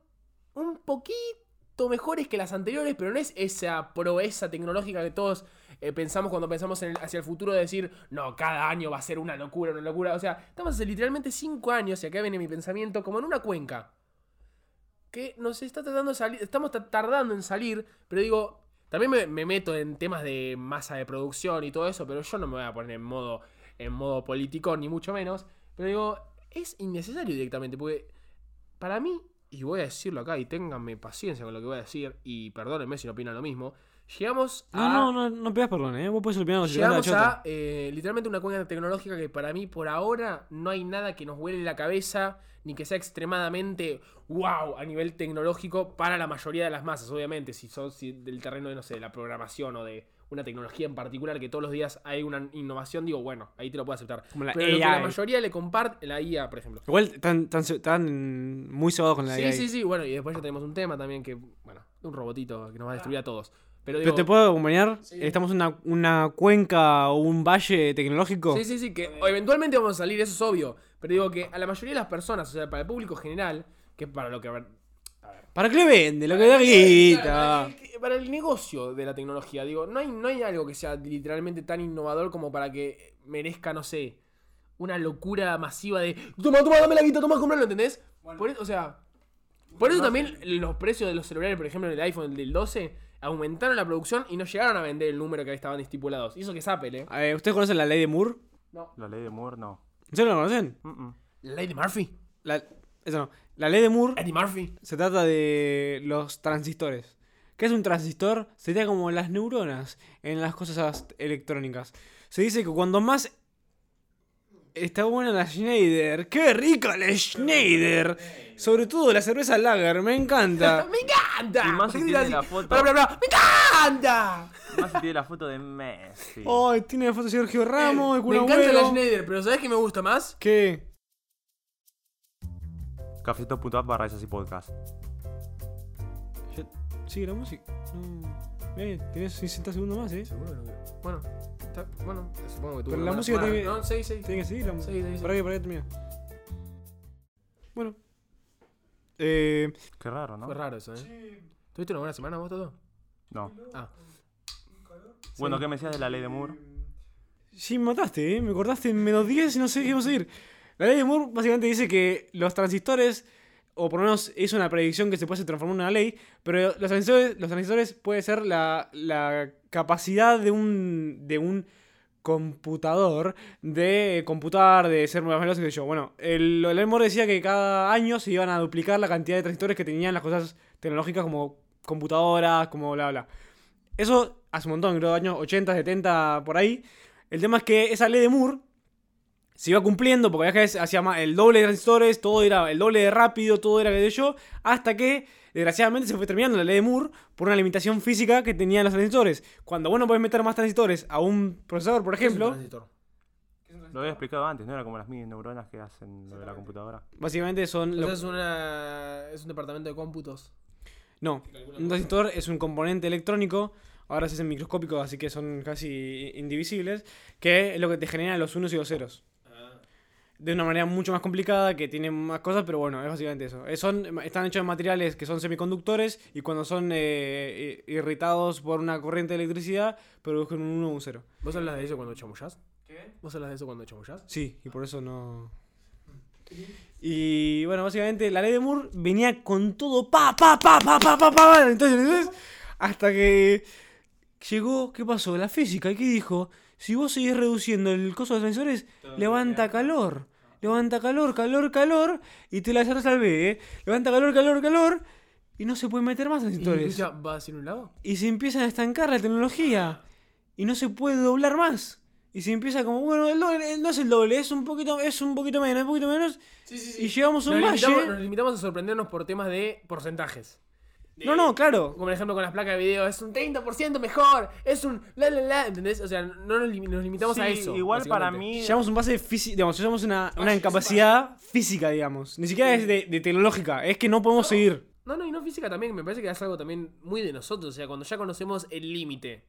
Speaker 4: un poquito mejores que las anteriores, pero no es esa proeza tecnológica que todos eh, pensamos cuando pensamos en el- hacia el futuro de decir, no, cada año va a ser una locura, una locura. O sea, estamos hace literalmente cinco años, y acá viene mi pensamiento, como en una cuenca. Que nos está tratando de salir, estamos ta- tardando en salir, pero digo, también me, me meto en temas de masa de producción y todo eso, pero yo no me voy a poner en modo, en modo político, ni mucho menos. Pero digo, es innecesario directamente, porque para mí, y voy a decirlo acá, y ténganme paciencia con lo que voy a decir, y perdónenme si no opinan lo mismo, llegamos a...
Speaker 2: No, no, no, no pidas perdón, ¿eh? Vos podés opinar lo que te
Speaker 4: Llegamos
Speaker 2: canta la chota.
Speaker 4: a eh, literalmente una cuenca tecnológica que para mí por ahora no hay nada que nos huele la cabeza ni que sea extremadamente wow a nivel tecnológico para la mayoría de las masas, obviamente, si son si del terreno de, no sé, de la programación o de una tecnología en particular que todos los días hay una innovación, digo, bueno, ahí te lo puedo aceptar.
Speaker 2: Como la
Speaker 4: Pero lo que la
Speaker 2: AI.
Speaker 4: mayoría le comparte, la IA, por ejemplo.
Speaker 2: Igual están, tan están muy cebados con la
Speaker 4: sí,
Speaker 2: AI.
Speaker 4: sí, sí, bueno, y después ya tenemos un tema también que, bueno, un robotito que nos va a destruir a todos.
Speaker 2: Pero
Speaker 4: Pero, digo,
Speaker 2: te puedo acompañar. Estamos en una, una cuenca o un valle tecnológico.
Speaker 4: Sí, sí, sí, que eventualmente vamos a salir, eso es obvio. Pero digo que a la mayoría de las personas, o sea, para el público general, que es para lo que.
Speaker 2: ¿Para qué le vende? Lo que da guita.
Speaker 4: Para el, para el negocio de la tecnología, digo, no hay, no hay algo que sea literalmente tan innovador como para que merezca, no sé, una locura masiva de. Toma, toma, dame la guita, toma, compralo, ¿entendés? Por eso- o sea. Por eso también los precios de los celulares, por ejemplo, del iPhone del 12, aumentaron la producción y no llegaron a vender el número que estaban estipulados. Y eso que es Apple, ¿eh?
Speaker 2: A ver, ¿Ustedes conocen la ley de Moore?
Speaker 1: La ley de Moore, no.
Speaker 2: ¿Ustedes la conocen?
Speaker 1: Mm, mm.
Speaker 4: La ley de Murphy.
Speaker 2: La, eso no. La ley de Moore
Speaker 4: Eddie Murphy.
Speaker 2: se trata de los transistores. ¿Qué es un transistor? Sería como las neuronas en las cosas electrónicas. Se dice que cuando más está buena la Schneider, ¡qué rica la Schneider! Sobre todo la cerveza Lager, me encanta.
Speaker 4: ¡Me encanta!
Speaker 1: Y más si
Speaker 4: ¿Por qué
Speaker 1: tiene
Speaker 4: gritas
Speaker 1: la
Speaker 4: así?
Speaker 1: foto.
Speaker 4: Pará, pará, pará. ¡Me encanta!
Speaker 1: Más si tiene la foto de Messi.
Speaker 4: Oh.
Speaker 2: Ay, tiene la foto de Sergio Ramos, de Kun
Speaker 4: me encanta
Speaker 2: Agüero.
Speaker 4: la Schneider, pero ¿sabes qué me gusta más?
Speaker 2: ¿Qué?
Speaker 1: Cafecito.app barra esas y podcast.
Speaker 2: ¿Sigue la música? No. Eh, tenés 60 segundos más, eh.
Speaker 4: Seguro que no veo. Bueno, está, bueno, supongo que tú.
Speaker 2: Pero la música tiene-
Speaker 4: No, sí, sí.
Speaker 2: Tiene que seguir la música.
Speaker 4: Sí, sí, sí.
Speaker 2: Para que, para que termine. Bueno. Eh,
Speaker 1: Qué raro, ¿no?
Speaker 4: Fue raro eso, ¿eh? ¿Tuviste una buena semana vos, Toto?
Speaker 1: No.
Speaker 4: Ah.
Speaker 1: Bueno, ¿qué me decías de la ley de Moore?
Speaker 2: sí, me mataste, eh. Me cortaste en menos 10 y no sé qué vamos a ir. La ley de Moore básicamente dice que los transistores, o por lo menos es una predicción que se puede transformar en una ley, pero los transistores, los transistores puede ser la, la capacidad de un, de un computador de computar, de ser más veloz, qué sé yo. Bueno, el, el Elmore decía que cada año se iban a duplicar la cantidad de transistores que tenían las cosas tecnológicas como computadoras, como bla, bla. Eso hace un montón, creo, años 80, 70, por ahí. El tema es que esa ley de Moore se iba cumpliendo, porque cada vez hacía más, el doble de transistores, todo era el doble de rápido, todo era que de yo, hasta que desgraciadamente se fue terminando la ley de Moore por una limitación física que tenían los transistores. Cuando vos no podés meter más transistores a un procesador, por ejemplo,
Speaker 4: Transitor.
Speaker 1: Lo había explicado antes, ¿no? Era como las mil neuronas que hacen lo de la computadora.
Speaker 2: básicamente son...
Speaker 4: O
Speaker 2: lo-
Speaker 4: sea, es, una, es un departamento de cómputos.
Speaker 2: No, un transistor es un componente electrónico, ahora se hacen microscópicos, así que son casi indivisibles, que es lo que te genera los unos y los ceros. De una manera mucho más complicada, que tiene más cosas, pero bueno, es básicamente eso. Eh, Son, están hechos de materiales que son semiconductores y cuando son eh, i- irritados por una corriente de electricidad, producen un 1 o un 0.
Speaker 4: ¿Vos hablas de eso cuando chamullás? ¿Qué? ¿Vos hablas de eso cuando chamullás?
Speaker 2: Sí, y por eso no. Y bueno, básicamente la ley de Moore venía con todo pa, pa, pa, pa, pa, pa, pa, entonces, entonces, hasta que llegó, ¿qué pasó? La física, ¿y qué dijo? Si vos seguís reduciendo el costo de los sensores, levanta calor, levanta calor, calor, calor, y te la cerras al B, ¿eh? Levanta calor, calor, calor, y no se puede meter más
Speaker 4: ¿Y
Speaker 2: sensores.
Speaker 4: ya va hacia un lado?
Speaker 2: Y se empieza a estancar la tecnología. Y no se puede doblar más. Y se empieza como, bueno, el doble- el- no es el doble, es un poquito, es un poquito menos, un poquito menos. Y llegamos a
Speaker 4: Nos
Speaker 2: un
Speaker 4: limitamos, nos
Speaker 2: valle.
Speaker 4: limitamos a sorprendernos por temas de porcentajes.
Speaker 2: No, no, claro.
Speaker 4: Como por ejemplo con las placas de video, es un 30% mejor, es un la la la, ¿entendés? O sea, no nos, lim- nos limitamos
Speaker 1: Sí,
Speaker 4: a eso.
Speaker 1: igual para
Speaker 4: básicamente.
Speaker 1: mí...
Speaker 2: Llegamos a un base físico, digamos, llegamos a una, una incapacidad física, digamos. Ni siquiera es de, de tecnológica, es que no podemos seguir.
Speaker 4: No, no, y no física también, me parece que es algo también muy de nosotros. O sea, cuando ya conocemos el límite.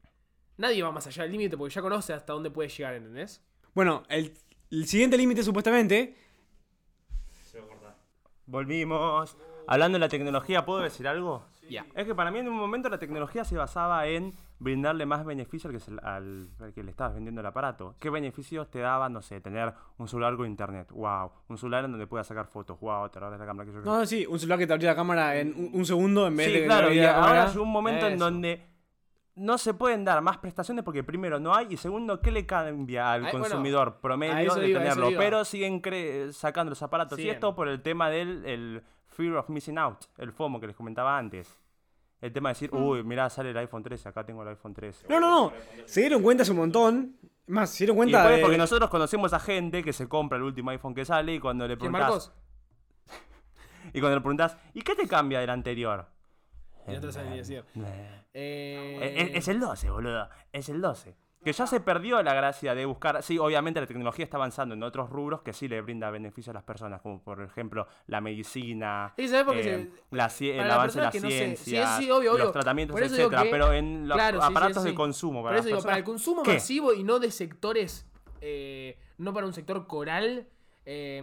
Speaker 4: Nadie va más allá del límite porque ya conoce hasta dónde puede llegar, ¿entendés?
Speaker 2: Bueno, el, el siguiente límite supuestamente.
Speaker 1: Volvimos. Hablando de la tecnología, ¿puedo decir algo?
Speaker 4: Ya.
Speaker 1: Es que para mí en un momento la tecnología se basaba en brindarle más beneficio al que, se- al, al que le estabas vendiendo el aparato. ¿Qué beneficios te daba, no sé, tener un celular con internet? ¡Wow! Un celular en donde puedas sacar fotos. ¡Wow! Te de la cámara que yo
Speaker 2: No, sí, un celular que te abría la cámara en un, un segundo en vez de
Speaker 1: Sí,
Speaker 2: que te
Speaker 1: claro, y
Speaker 2: abría la
Speaker 1: ahora
Speaker 2: cámara.
Speaker 1: es un momento en
Speaker 4: Eso.
Speaker 1: donde no se pueden dar más prestaciones porque primero no hay y segundo, ¿qué le cambia al
Speaker 4: Ay, bueno,
Speaker 1: consumidor
Speaker 4: a
Speaker 1: promedio
Speaker 4: eso
Speaker 1: de
Speaker 4: iba, a eso
Speaker 1: tenerlo?
Speaker 4: iba.
Speaker 1: Pero siguen cre- sacando los aparatos y
Speaker 4: Siguen.
Speaker 1: esto por el tema del el fear of missing out, el FOMO que les comentaba antes. El tema de decir,
Speaker 4: Hmm.
Speaker 1: uy, mirá, sale el iPhone 13, acá tengo el iPhone 13.
Speaker 2: No, no, no. Se dieron cuenta hace un montón. Más, se dieron
Speaker 1: Y
Speaker 2: cuenta.
Speaker 1: después
Speaker 2: de-
Speaker 1: porque nosotros conocemos a gente que se compra el último iPhone que sale y cuando le
Speaker 4: ¿Quién,
Speaker 1: preguntas
Speaker 4: Marcos?
Speaker 1: y cuando le preguntás, ¿y qué te cambia del anterior?
Speaker 4: Y otros años, sí.
Speaker 1: Eh,
Speaker 4: Eh,
Speaker 1: Es, es el 12, boludo. Es el 12. Que ya se perdió la gracia de buscar. Sí, obviamente la tecnología está avanzando en otros rubros que sí le brinda beneficio a las personas, como por ejemplo la medicina,
Speaker 4: Sí, ¿sabes? Porque
Speaker 1: eh,
Speaker 4: se-
Speaker 1: la ci-
Speaker 4: para
Speaker 1: el
Speaker 4: las
Speaker 1: avance de la
Speaker 4: personas que no
Speaker 1: ciencia,
Speaker 4: se- sí, sí, obvio, obvio.
Speaker 1: los tratamientos,
Speaker 4: Por eso digo
Speaker 1: etcétera.
Speaker 4: que-
Speaker 1: Pero en los
Speaker 4: claro, sí, sí,
Speaker 1: aparatos
Speaker 4: sí.
Speaker 1: de consumo, para
Speaker 4: Por eso
Speaker 1: las
Speaker 4: digo, para el
Speaker 1: personas,
Speaker 4: consumo
Speaker 1: ¿qué?
Speaker 4: masivo y no de sectores, eh, no para un sector coral. eh,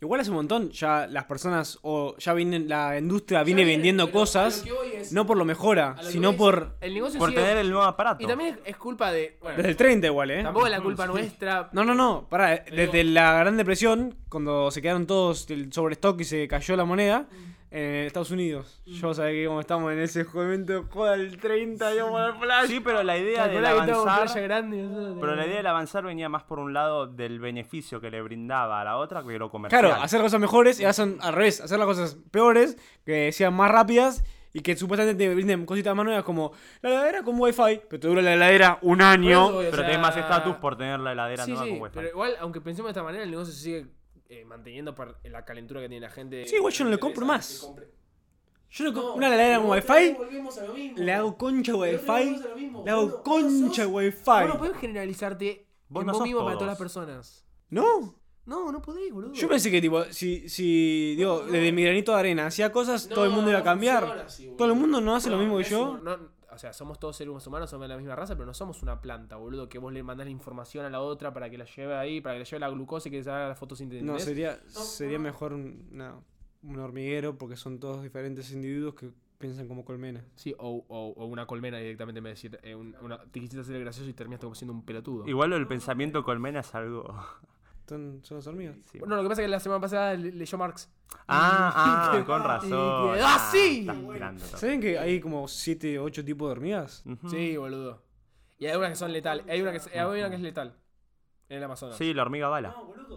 Speaker 2: Igual hace un montón, ya las personas o ya vienen, la industria
Speaker 4: ya
Speaker 2: viene
Speaker 4: viene,
Speaker 2: vendiendo
Speaker 4: pero
Speaker 2: cosas,
Speaker 4: a lo que voy es-
Speaker 2: no por lo mejora,
Speaker 4: a lo que
Speaker 2: sino
Speaker 4: voy es,
Speaker 2: por...
Speaker 4: El negocio
Speaker 1: Por
Speaker 4: sigue-
Speaker 1: tener el nuevo aparato.
Speaker 4: Y también es culpa de. bueno,
Speaker 2: Desde el 30 igual, ¿eh?
Speaker 4: tampoco es la culpa nuestra.
Speaker 2: No, no, no, pará, eh, desde la Gran Depresión, cuando se quedaron todos el sobrestock y se cayó la moneda,
Speaker 4: Mm.
Speaker 2: en Estados Unidos. Yo sabía que como estamos en ese momento, joda el 30, yo por el flash.
Speaker 1: Sí, pero la idea del
Speaker 4: Calculá que estamos en playa
Speaker 1: avanzar.
Speaker 4: grande, nosotros
Speaker 1: Pero la
Speaker 4: tenemos-
Speaker 1: idea del avanzar venía más por un lado del beneficio que le brindaba a la otra que lo comercial.
Speaker 2: Claro, hacer cosas mejores y ahora son al revés, hacer las cosas peores, que sean más rápidas y que supuestamente te brinden cositas más nuevas como la heladera con wifi, pero te dura la heladera un
Speaker 4: Por eso
Speaker 2: año.
Speaker 4: voy, o
Speaker 1: Pero
Speaker 4: sea,
Speaker 1: tenés más estatus por tener la heladera
Speaker 4: Sí,
Speaker 1: nueva
Speaker 4: sí,
Speaker 1: con Wi-Fi.
Speaker 4: pero igual, aunque pensemos de esta manera, el negocio se sigue eh, manteniendo por la calentura que tiene la gente.
Speaker 2: Sí, igual yo no le compro
Speaker 4: interesa
Speaker 2: más.
Speaker 4: que compre.
Speaker 2: Yo no,
Speaker 4: No,
Speaker 2: compro una heladera con
Speaker 4: no,
Speaker 2: wifi,
Speaker 4: volvemos a lo mismo.
Speaker 2: le hago concha
Speaker 4: Pero
Speaker 2: wifi,
Speaker 4: volvemos a lo mismo.
Speaker 2: le hago
Speaker 4: Vos no-
Speaker 2: concha
Speaker 4: vos
Speaker 2: wifi.
Speaker 4: no sos- vos no podés generalizarte
Speaker 1: Vos
Speaker 4: en
Speaker 1: no
Speaker 4: vos
Speaker 1: sos
Speaker 4: mismo para
Speaker 1: todos.
Speaker 4: todas las personas.
Speaker 2: ¿No?
Speaker 4: No, no podés, boludo.
Speaker 2: Yo pensé que tipo, si, si digo, desde mi granito de arena hacía cosas,
Speaker 4: No,
Speaker 2: todo el mundo iba a
Speaker 4: no
Speaker 2: cambiar.
Speaker 4: funciona así, boludo.
Speaker 2: todo el mundo no hace lo mismo que
Speaker 4: Es
Speaker 2: yo.
Speaker 4: un- no, o o sea, somos todos seres humanos, somos de la misma raza, pero no somos una planta, boludo, que vos le mandás la información a la otra para que la lleve ahí, para que le lleve la glucosa y que se haga la fotosíntesis.
Speaker 2: No,
Speaker 4: ¿entendés?
Speaker 2: sería, sería mejor un- una- un hormiguero porque son todos diferentes individuos que piensan como colmena.
Speaker 4: Sí, o, o- o una colmena directamente me decir, eh, un- una, te quisiste hacer el gracioso y terminaste como siendo un pelotudo.
Speaker 1: Igual el pensamiento colmena es algo.
Speaker 2: Son, son las hormigas.
Speaker 1: sí.
Speaker 4: No, lo que pasa es que la semana pasada le- leyó Marx.
Speaker 1: Ah,
Speaker 4: Y
Speaker 1: ah,
Speaker 4: que-
Speaker 1: con razón.
Speaker 4: y quedó así.
Speaker 1: estás mirando, ¿no?
Speaker 2: ¿Saben que hay como 7 8 tipos de hormigas?
Speaker 1: Ujú. sí.
Speaker 4: Sí, boludo. Y hay unas que son letal. Hay una que, es- hay una que es letal. En el Amazonas.
Speaker 1: la hormiga bala.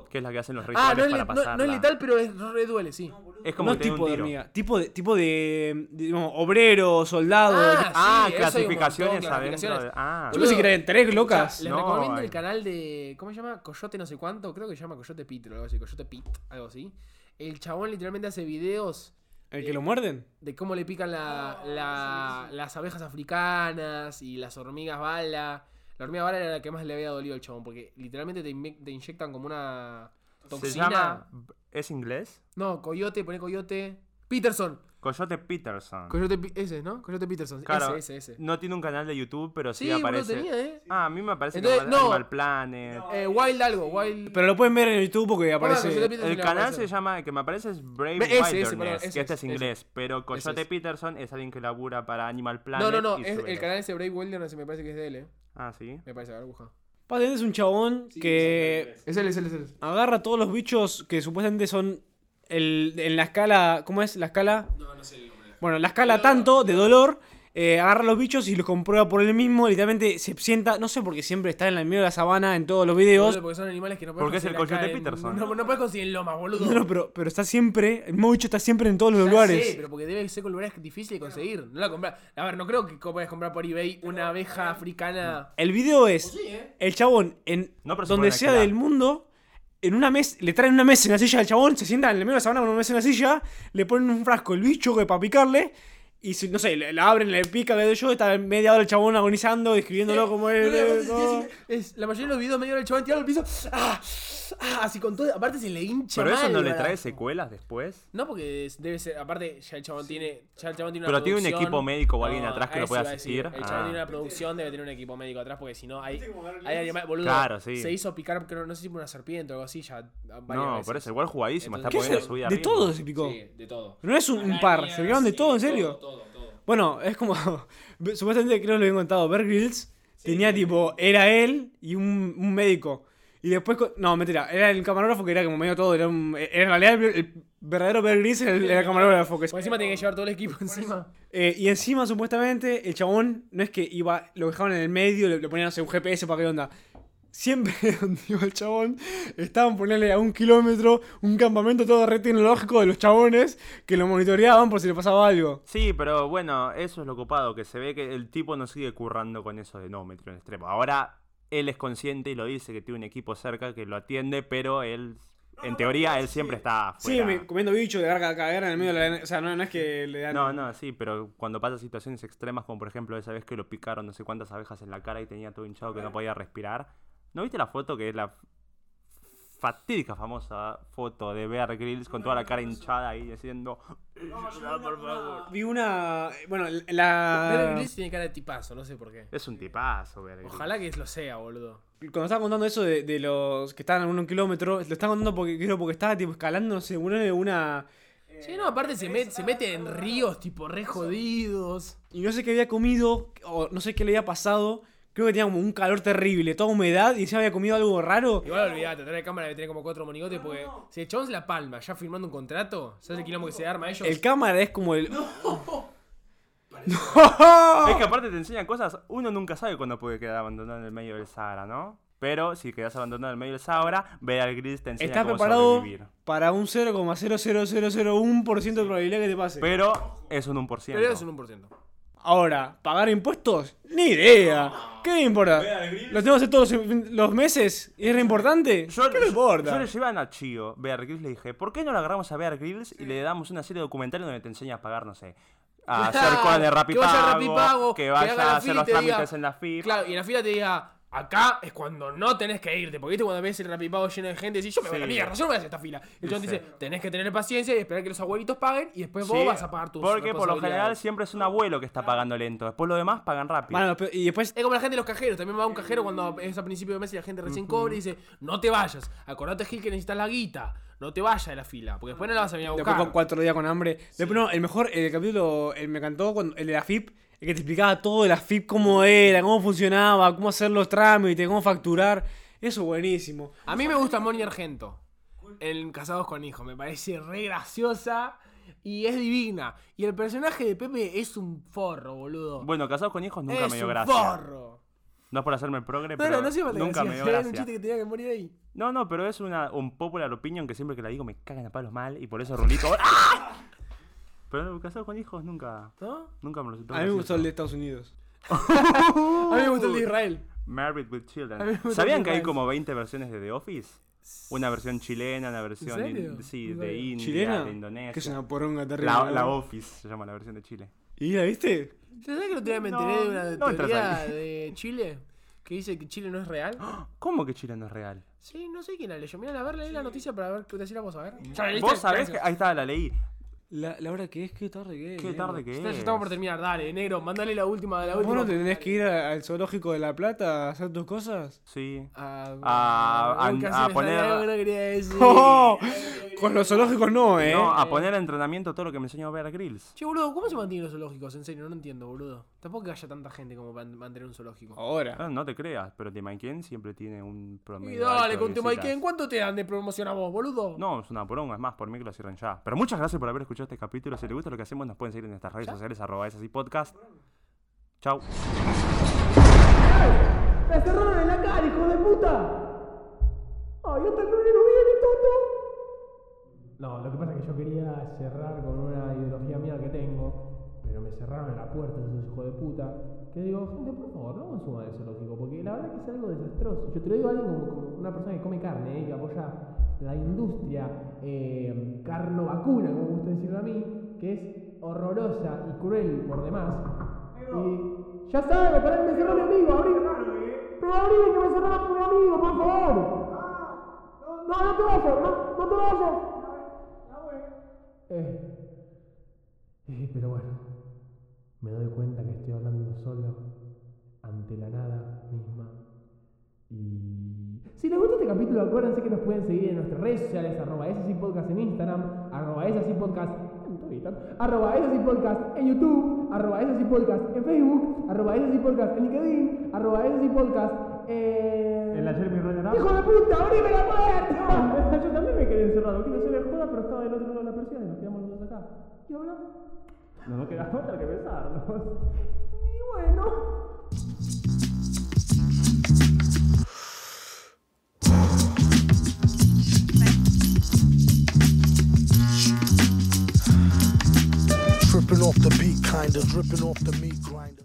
Speaker 1: Que es la que hacen los rituales
Speaker 4: ah, no es,
Speaker 1: para
Speaker 4: le- no- no,
Speaker 1: pasarla.
Speaker 4: es letal, pero es re duele, sí.
Speaker 1: Es como
Speaker 2: no
Speaker 1: que te dé
Speaker 2: tipo de
Speaker 1: un tiro.
Speaker 2: hormiga, tipo de, tipo de, digamos, obrero, soldado.
Speaker 4: Ah,
Speaker 1: Ah,
Speaker 4: Sí, eso hay un
Speaker 1: clasificaciones
Speaker 4: montón,
Speaker 1: adentro. de-
Speaker 4: clasificaciones.
Speaker 1: Ah,
Speaker 2: yo pensé que eran tres locas.
Speaker 4: Escuchá, les
Speaker 1: No,
Speaker 4: recomiendo
Speaker 1: ay.
Speaker 4: el canal de. ¿Cómo se llama? Coyote no sé cuánto. Creo que se llama Coyote Pit o algo así. Coyote Pit, algo así. El chabón literalmente hace videos
Speaker 2: ¿El que lo muerden?
Speaker 4: de cómo le pican la- la- las abejas africanas y las hormigas bala. La hormiga bala era la que más le había dolido al chabón, porque literalmente te, inme- te inyectan como una
Speaker 1: se
Speaker 4: toxina.
Speaker 1: llama. ¿Es inglés?
Speaker 4: No, coyote, poné coyote. Peterson.
Speaker 1: Coyote Peterson.
Speaker 4: Coyote, Pi- ese, ¿no? Coyote Peterson.
Speaker 1: Ah. Claro,
Speaker 4: ese, ese, ese.
Speaker 1: No tiene un canal de YouTube, pero sí,
Speaker 4: Sí, boludo,
Speaker 1: aparece.
Speaker 4: tenía, ¿eh?
Speaker 1: Ah, a mí me aparece
Speaker 4: Entonces,
Speaker 1: como
Speaker 4: no.
Speaker 1: Animal Planet.
Speaker 4: Eh, Wild algo, Wild.
Speaker 2: Pero lo pueden ver en YouTube porque
Speaker 4: Coyote
Speaker 2: aparece.
Speaker 4: Peterson
Speaker 1: El
Speaker 4: le
Speaker 1: canal
Speaker 4: aparece.
Speaker 1: se llama, el que me aparece es Brave
Speaker 4: Ve- ese, ese,
Speaker 1: Wilderness,
Speaker 4: perdón, ese
Speaker 1: que este es
Speaker 4: es,
Speaker 1: inglés, pero Coyote
Speaker 4: es.
Speaker 1: Peterson es alguien que labura para Animal
Speaker 4: No,
Speaker 1: Planet.
Speaker 4: no, no,
Speaker 1: y
Speaker 4: es-
Speaker 1: sube
Speaker 4: el
Speaker 1: los-
Speaker 4: canal ese Brave Wilderness me parece que es de él, ¿eh?
Speaker 1: Ah, sí.
Speaker 4: Me parece, a ver, busca.
Speaker 2: Básicamente es un chabón que
Speaker 4: Es él, es él, es él.
Speaker 2: agarra todos los bichos que supuestamente son el, en la escala. ¿Cómo es la escala? No, no sé el nombre. Bueno, la escala tanto de dolor. eh, agarra los bichos y los comprueba por él mismo. Literalmente se sienta. No sé por qué siempre está en la medio de la sabana en todos los videos.
Speaker 4: Boludo, Porque son animales que no puedes
Speaker 1: Porque es el coyote Peterson.
Speaker 4: No, no puedes conseguir en lomas, boludo.
Speaker 2: No, no, pero, pero está siempre. El mocho está siempre en todos los
Speaker 4: Ya
Speaker 2: lugares.
Speaker 4: sé, pero porque debe ser con lugares difíciles de conseguir. No la compras. A ver, no creo que co- puedas comprar por eBay una abeja africana.
Speaker 2: El video es el chabón en
Speaker 1: No, pero se
Speaker 2: donde
Speaker 1: pueden
Speaker 2: sea
Speaker 1: alquilar.
Speaker 2: del mundo, en una mesa, le traen una mesa y una silla al chabón, se sienta en el medio de la sabana con una mesa y una silla, le ponen un frasco el bicho que para picarle. Y si- no sé, le- la abren, le pica, le doy yo, está media hora el chabón agonizando, describiéndolo como
Speaker 4: No,
Speaker 2: es.
Speaker 4: no, aparte,
Speaker 2: eh,
Speaker 4: si-
Speaker 2: no.
Speaker 4: es- la mayoría de los videos medio hora el chaval tirado al piso. Ah, ah, así con todo. Aparte se le hincha.
Speaker 1: Pero eso
Speaker 4: mal,
Speaker 1: no le
Speaker 4: boludo.
Speaker 1: trae secuelas después.
Speaker 4: No, porque es- debe ser. Aparte, ya el chabón tiene. Ya el chabón tiene una
Speaker 1: Pero tiene un
Speaker 4: producción.
Speaker 1: equipo médico o alguien atrás que
Speaker 4: a
Speaker 1: lo
Speaker 4: eso
Speaker 1: pueda
Speaker 4: iba a decir.
Speaker 1: asistir.
Speaker 4: El chabón
Speaker 1: Ah.
Speaker 4: tiene una producción, debe tener un equipo médico atrás, porque si no, hay. Hay animales. Boludo,
Speaker 1: Claro, sí.
Speaker 4: se hizo picar, creo, no sé si por una serpiente o algo así, ya. varias
Speaker 1: No,
Speaker 4: veces.
Speaker 1: por eso, igual jugadísima,
Speaker 4: Entonces-
Speaker 1: está
Speaker 4: ¿Qué
Speaker 1: poniendo
Speaker 4: es
Speaker 1: su vida
Speaker 2: de
Speaker 1: arriba.
Speaker 2: todo se picó.
Speaker 4: Sí, de todo.
Speaker 2: No es un, un par, se picaron de todo, en serio. Bueno, es como. supuestamente creo que lo habían contado. Bear Grylls tenía tipo. Era él y un, un médico. Y después. co- No, mentira. Era el camarógrafo que era como medio todo. Era un, en realidad, el, el verdadero Bear Grylls era el, era el camarógrafo. que-
Speaker 4: Por encima tiene que llevar todo el equipo encima.
Speaker 2: Eh, y encima, supuestamente, el chabón no es que iba. Lo dejaban en el medio, le, le ponían no sé, un GPS para qué onda. Siempre donde iba el chabón, estaban ponerle a un kilómetro un campamento todo re tecnológico de los chabones que lo monitoreaban por si le pasaba algo.
Speaker 1: Sí, pero bueno, eso es lo ocupado, que se ve que el tipo no sigue currando con eso de no, me tiro en extremo. Ahora él es consciente y lo dice que tiene un equipo cerca que lo atiende, pero él, en teoría, él siempre está
Speaker 2: Sí,
Speaker 1: afuera.
Speaker 2: me- comiendo bicho de larga cagar en el medio de la. O sea, no, no es que le dan.
Speaker 1: No, no, sí, pero cuando pasa situaciones extremas, como por ejemplo esa vez que lo picaron no sé cuántas abejas en la cara y tenía todo hinchado que no podía respirar. ¿No viste la foto que es la fatídica famosa foto de Bear Grylls con toda la cara hinchada ahí diciendo por favor?
Speaker 2: Vi una. Bueno,
Speaker 1: Ah.
Speaker 4: Pero
Speaker 2: la.
Speaker 4: Gris tiene cara de tipazo, no sé por qué.
Speaker 1: Es un tipazo, Bear Grylls.
Speaker 4: Ojalá que lo sea, boludo.
Speaker 2: Cuando estaba contando eso de, de los que estaban a un kilómetro, lo estaba contando porque creo porque estaba tipo escalándose una, una.
Speaker 4: Sí, no, aparte se, met- se mete en ríos tipo re jodidos.
Speaker 2: Y no sé qué había comido, o no sé qué le había pasado. Creo que tenía como un calor terrible, toda humedad, y se había comido algo raro.
Speaker 4: Igual olvidate, trae cámara debe tener como cuatro monigotes porque si el chabón se la palma ya firmando un contrato, ¿sabes el quilombo que se arma a ellos?
Speaker 2: El cámara es como el.
Speaker 1: Es que aparte te enseñan cosas, uno nunca sabe cuándo puede quedar abandonado en el medio del Sahara, ¿no? Pero si quedas abandonado en el medio del Sahara, Bear Grylls te enseña
Speaker 2: Estás
Speaker 1: cómo
Speaker 2: preparado
Speaker 1: sobrevivir.
Speaker 2: para un 0,00001% de probabilidad que te pase.
Speaker 1: Pero es un 1%.
Speaker 4: Pero eso es un 1%.
Speaker 2: Ahora, ¿pagar impuestos? Ni idea. ¿Qué me importa? ¿Lo tengo que hacer todos los los meses? ¿Y es re importante?
Speaker 1: Yo,
Speaker 2: ¿Qué me
Speaker 1: yo
Speaker 2: importa?
Speaker 1: le llevé a Nachio, Bear Grylls, le dije, ¿por qué no lo agarramos a Bear Grylls y le damos una serie de documentales donde te enseña a pagar, no sé, a hacer
Speaker 4: Claro,
Speaker 1: con el
Speaker 4: que vaya a
Speaker 1: Rapipago,
Speaker 4: Rapipago,
Speaker 1: que
Speaker 4: que
Speaker 1: vaya
Speaker 4: haga la
Speaker 1: a hacer
Speaker 4: fila y
Speaker 1: los
Speaker 4: te
Speaker 1: trámites
Speaker 4: diga-
Speaker 1: en la FIP.
Speaker 4: Claro, y en la fila te diga, Acá es cuando no tenés que irte, porque viste cuando ves el rapipado lleno de gente y decís, yo me voy a la
Speaker 1: Sí.
Speaker 4: mierda, yo no voy a hacer esta fila. Y El chabón
Speaker 1: Sí.
Speaker 4: dice, tenés que tener paciencia y esperar que los abuelitos paguen y después vos
Speaker 1: Sí,
Speaker 4: vas a pagar tus
Speaker 1: Porque por lo general
Speaker 4: responsabilidades".
Speaker 1: siempre es un abuelo que está pagando lento. Después los demás pagan rápido.
Speaker 6: Bueno, lo peor- y después.
Speaker 4: Es como la gente de los cajeros, también va a un cajero cuando es a principio de mes y la gente recién cobra y dice, no te vayas, acordate Gil que necesitas la guita, no te vayas de la fila, porque después no la vas a venir a
Speaker 6: Después
Speaker 4: buscar.
Speaker 6: con cuatro días con hambre. Después, no, el mejor, el capítulo, el, me encantó cuando, el de la FIP, el que te explicaba todo de la FIP, cómo era, cómo funcionaba, cómo hacer los trámites, cómo facturar. Eso buenísimo.
Speaker 4: A mí me gusta Moni Argento. En Casados con Hijos. Me parece re graciosa y es divina. Y el personaje de Pepe es un forro, boludo.
Speaker 1: Bueno, casados con hijos nunca
Speaker 4: es
Speaker 1: me dio
Speaker 4: un
Speaker 1: gracia.
Speaker 4: forro.
Speaker 1: No es por hacerme el progre,
Speaker 4: No,
Speaker 1: pero
Speaker 4: no, no se
Speaker 1: nunca me dio
Speaker 4: Era un
Speaker 1: gracia.
Speaker 4: chiste que tenía que morir ahí.
Speaker 1: No, no, pero es una un popular opinion que siempre que la digo me cagan a palos mal y por eso Rulito. ¡Ah! Pero no, casados con hijos nunca.
Speaker 4: ¿No?
Speaker 1: Nunca me lo resultó.
Speaker 6: A mí me gustó el de Estados
Speaker 1: gracioso.
Speaker 6: Unidos.
Speaker 4: A mí me gustó el de Israel.
Speaker 1: Married with
Speaker 4: A mí me
Speaker 1: Children.
Speaker 4: gustó
Speaker 1: ¿Sabían que hay
Speaker 4: Friends.
Speaker 1: como 20 versiones de The Office? Una versión chilena, una versión in-
Speaker 4: serio?
Speaker 1: sí,
Speaker 4: No
Speaker 1: de
Speaker 4: sabía.
Speaker 1: India,
Speaker 6: Chilena.
Speaker 1: de
Speaker 6: Que es
Speaker 1: Indonesia.
Speaker 6: una poronga terrible.
Speaker 1: La,
Speaker 6: ¿no?
Speaker 1: la Office se llama la versión de Chile.
Speaker 6: ¿Y la viste?
Speaker 4: ¿Sabés que no te voy a
Speaker 1: No,
Speaker 4: mentir de una
Speaker 1: no entras
Speaker 4: teoría
Speaker 1: ahí.
Speaker 4: de Chile? Que dice que Chile no es real.
Speaker 1: ¿Cómo que Chile no es real?
Speaker 4: Sí, no sé quién la leyó. Mirá, a ver, leí la noticia para ver qué te decía vos, a ver. ¿Ya la leíste?
Speaker 1: Vos sabés que.
Speaker 4: Gracias.
Speaker 1: Ahí está, la leí.
Speaker 6: La, la hora que es, qué tarde que es.
Speaker 1: Qué
Speaker 6: negro.
Speaker 1: tarde que es.
Speaker 4: Ya estamos por terminar, dale, negro, mandale la última, la
Speaker 6: ¿Vos
Speaker 4: última.
Speaker 6: no te tenés que ir a- al zoológico de La Plata a hacer tus cosas?
Speaker 1: Sí.
Speaker 4: a,
Speaker 1: A- a-
Speaker 4: Uy, casi
Speaker 1: Ah, a
Speaker 4: Ah, me
Speaker 1: poner- ¡Oh!
Speaker 4: salió algo que no quería decir.
Speaker 6: Con los zoológicos no, eh.
Speaker 1: No, a poner a entrenamiento todo lo que me enseñó Bear Grylls.
Speaker 4: Che, boludo, ¿cómo se mantienen los zoológicos? En serio, no entiendo, boludo. Tampoco que haya tanta gente como para mantener un zoológico.
Speaker 6: Ahora.
Speaker 1: Ah, No te creas, pero Timaiken siempre tiene un promedio.
Speaker 4: y dale,
Speaker 1: alto de
Speaker 4: con tu Mike, ¿en
Speaker 1: visitas.
Speaker 4: cuánto te dan de promoción a vos, boludo?
Speaker 1: No, es una poronga, es más, por mí que lo cierren ya. Pero muchas gracias por haber escuchado este capítulo. Si les gusta lo que hacemos, nos pueden seguir en nuestras redes sociales, arroba es así podcast. Chau.
Speaker 4: ¡Me cerraron en la cara, hijo de puta! ¡Ay, hasta el lunes no viene, tonto! No, lo que pasa es que yo quería cerrar con una ideología mía que tengo, pero me cerraron la puerta esos hijos de puta. Que digo, gente, por favor, no consuman el zoológico, porque la verdad que es algo desastroso. Yo te lo digo a alguien como, como una persona que come carne, ¿eh? que apoya la industria eh, carnovacuna, como me gusta decirlo a mí, que es horrorosa y cruel por demás. Y... Ya sabe, pará, me cerró mi amigo, abrí. Pero abrí que me cerró mi amigo, por favor. No, no te vayas, no, no te vayas. Eh. Eh, pero bueno, me doy cuenta que estoy hablando solo ante la nada misma. Y... Si les gusta este capítulo, acuérdense que nos pueden seguir en nuestras redes sociales, arroba es así podcast en Instagram, arroba es así podcast en Twitter, arroba es así podcast en YouTube, arroba es así podcast en Facebook, arroba es así podcast en LinkedIn, arroba es así podcast en...
Speaker 1: El ayer mi runner
Speaker 4: ¡Hijo de puta, abrime la puerta! Yo también me quedé encerrado, quiero hacer el joda, pero estaba del otro lado de la persiana y nos quedamos los dos acá. Y ahora... No nos queda otra que besarnos. Y bueno...
Speaker 8: Tripping off the beat, kinda dripping off the meat grinder.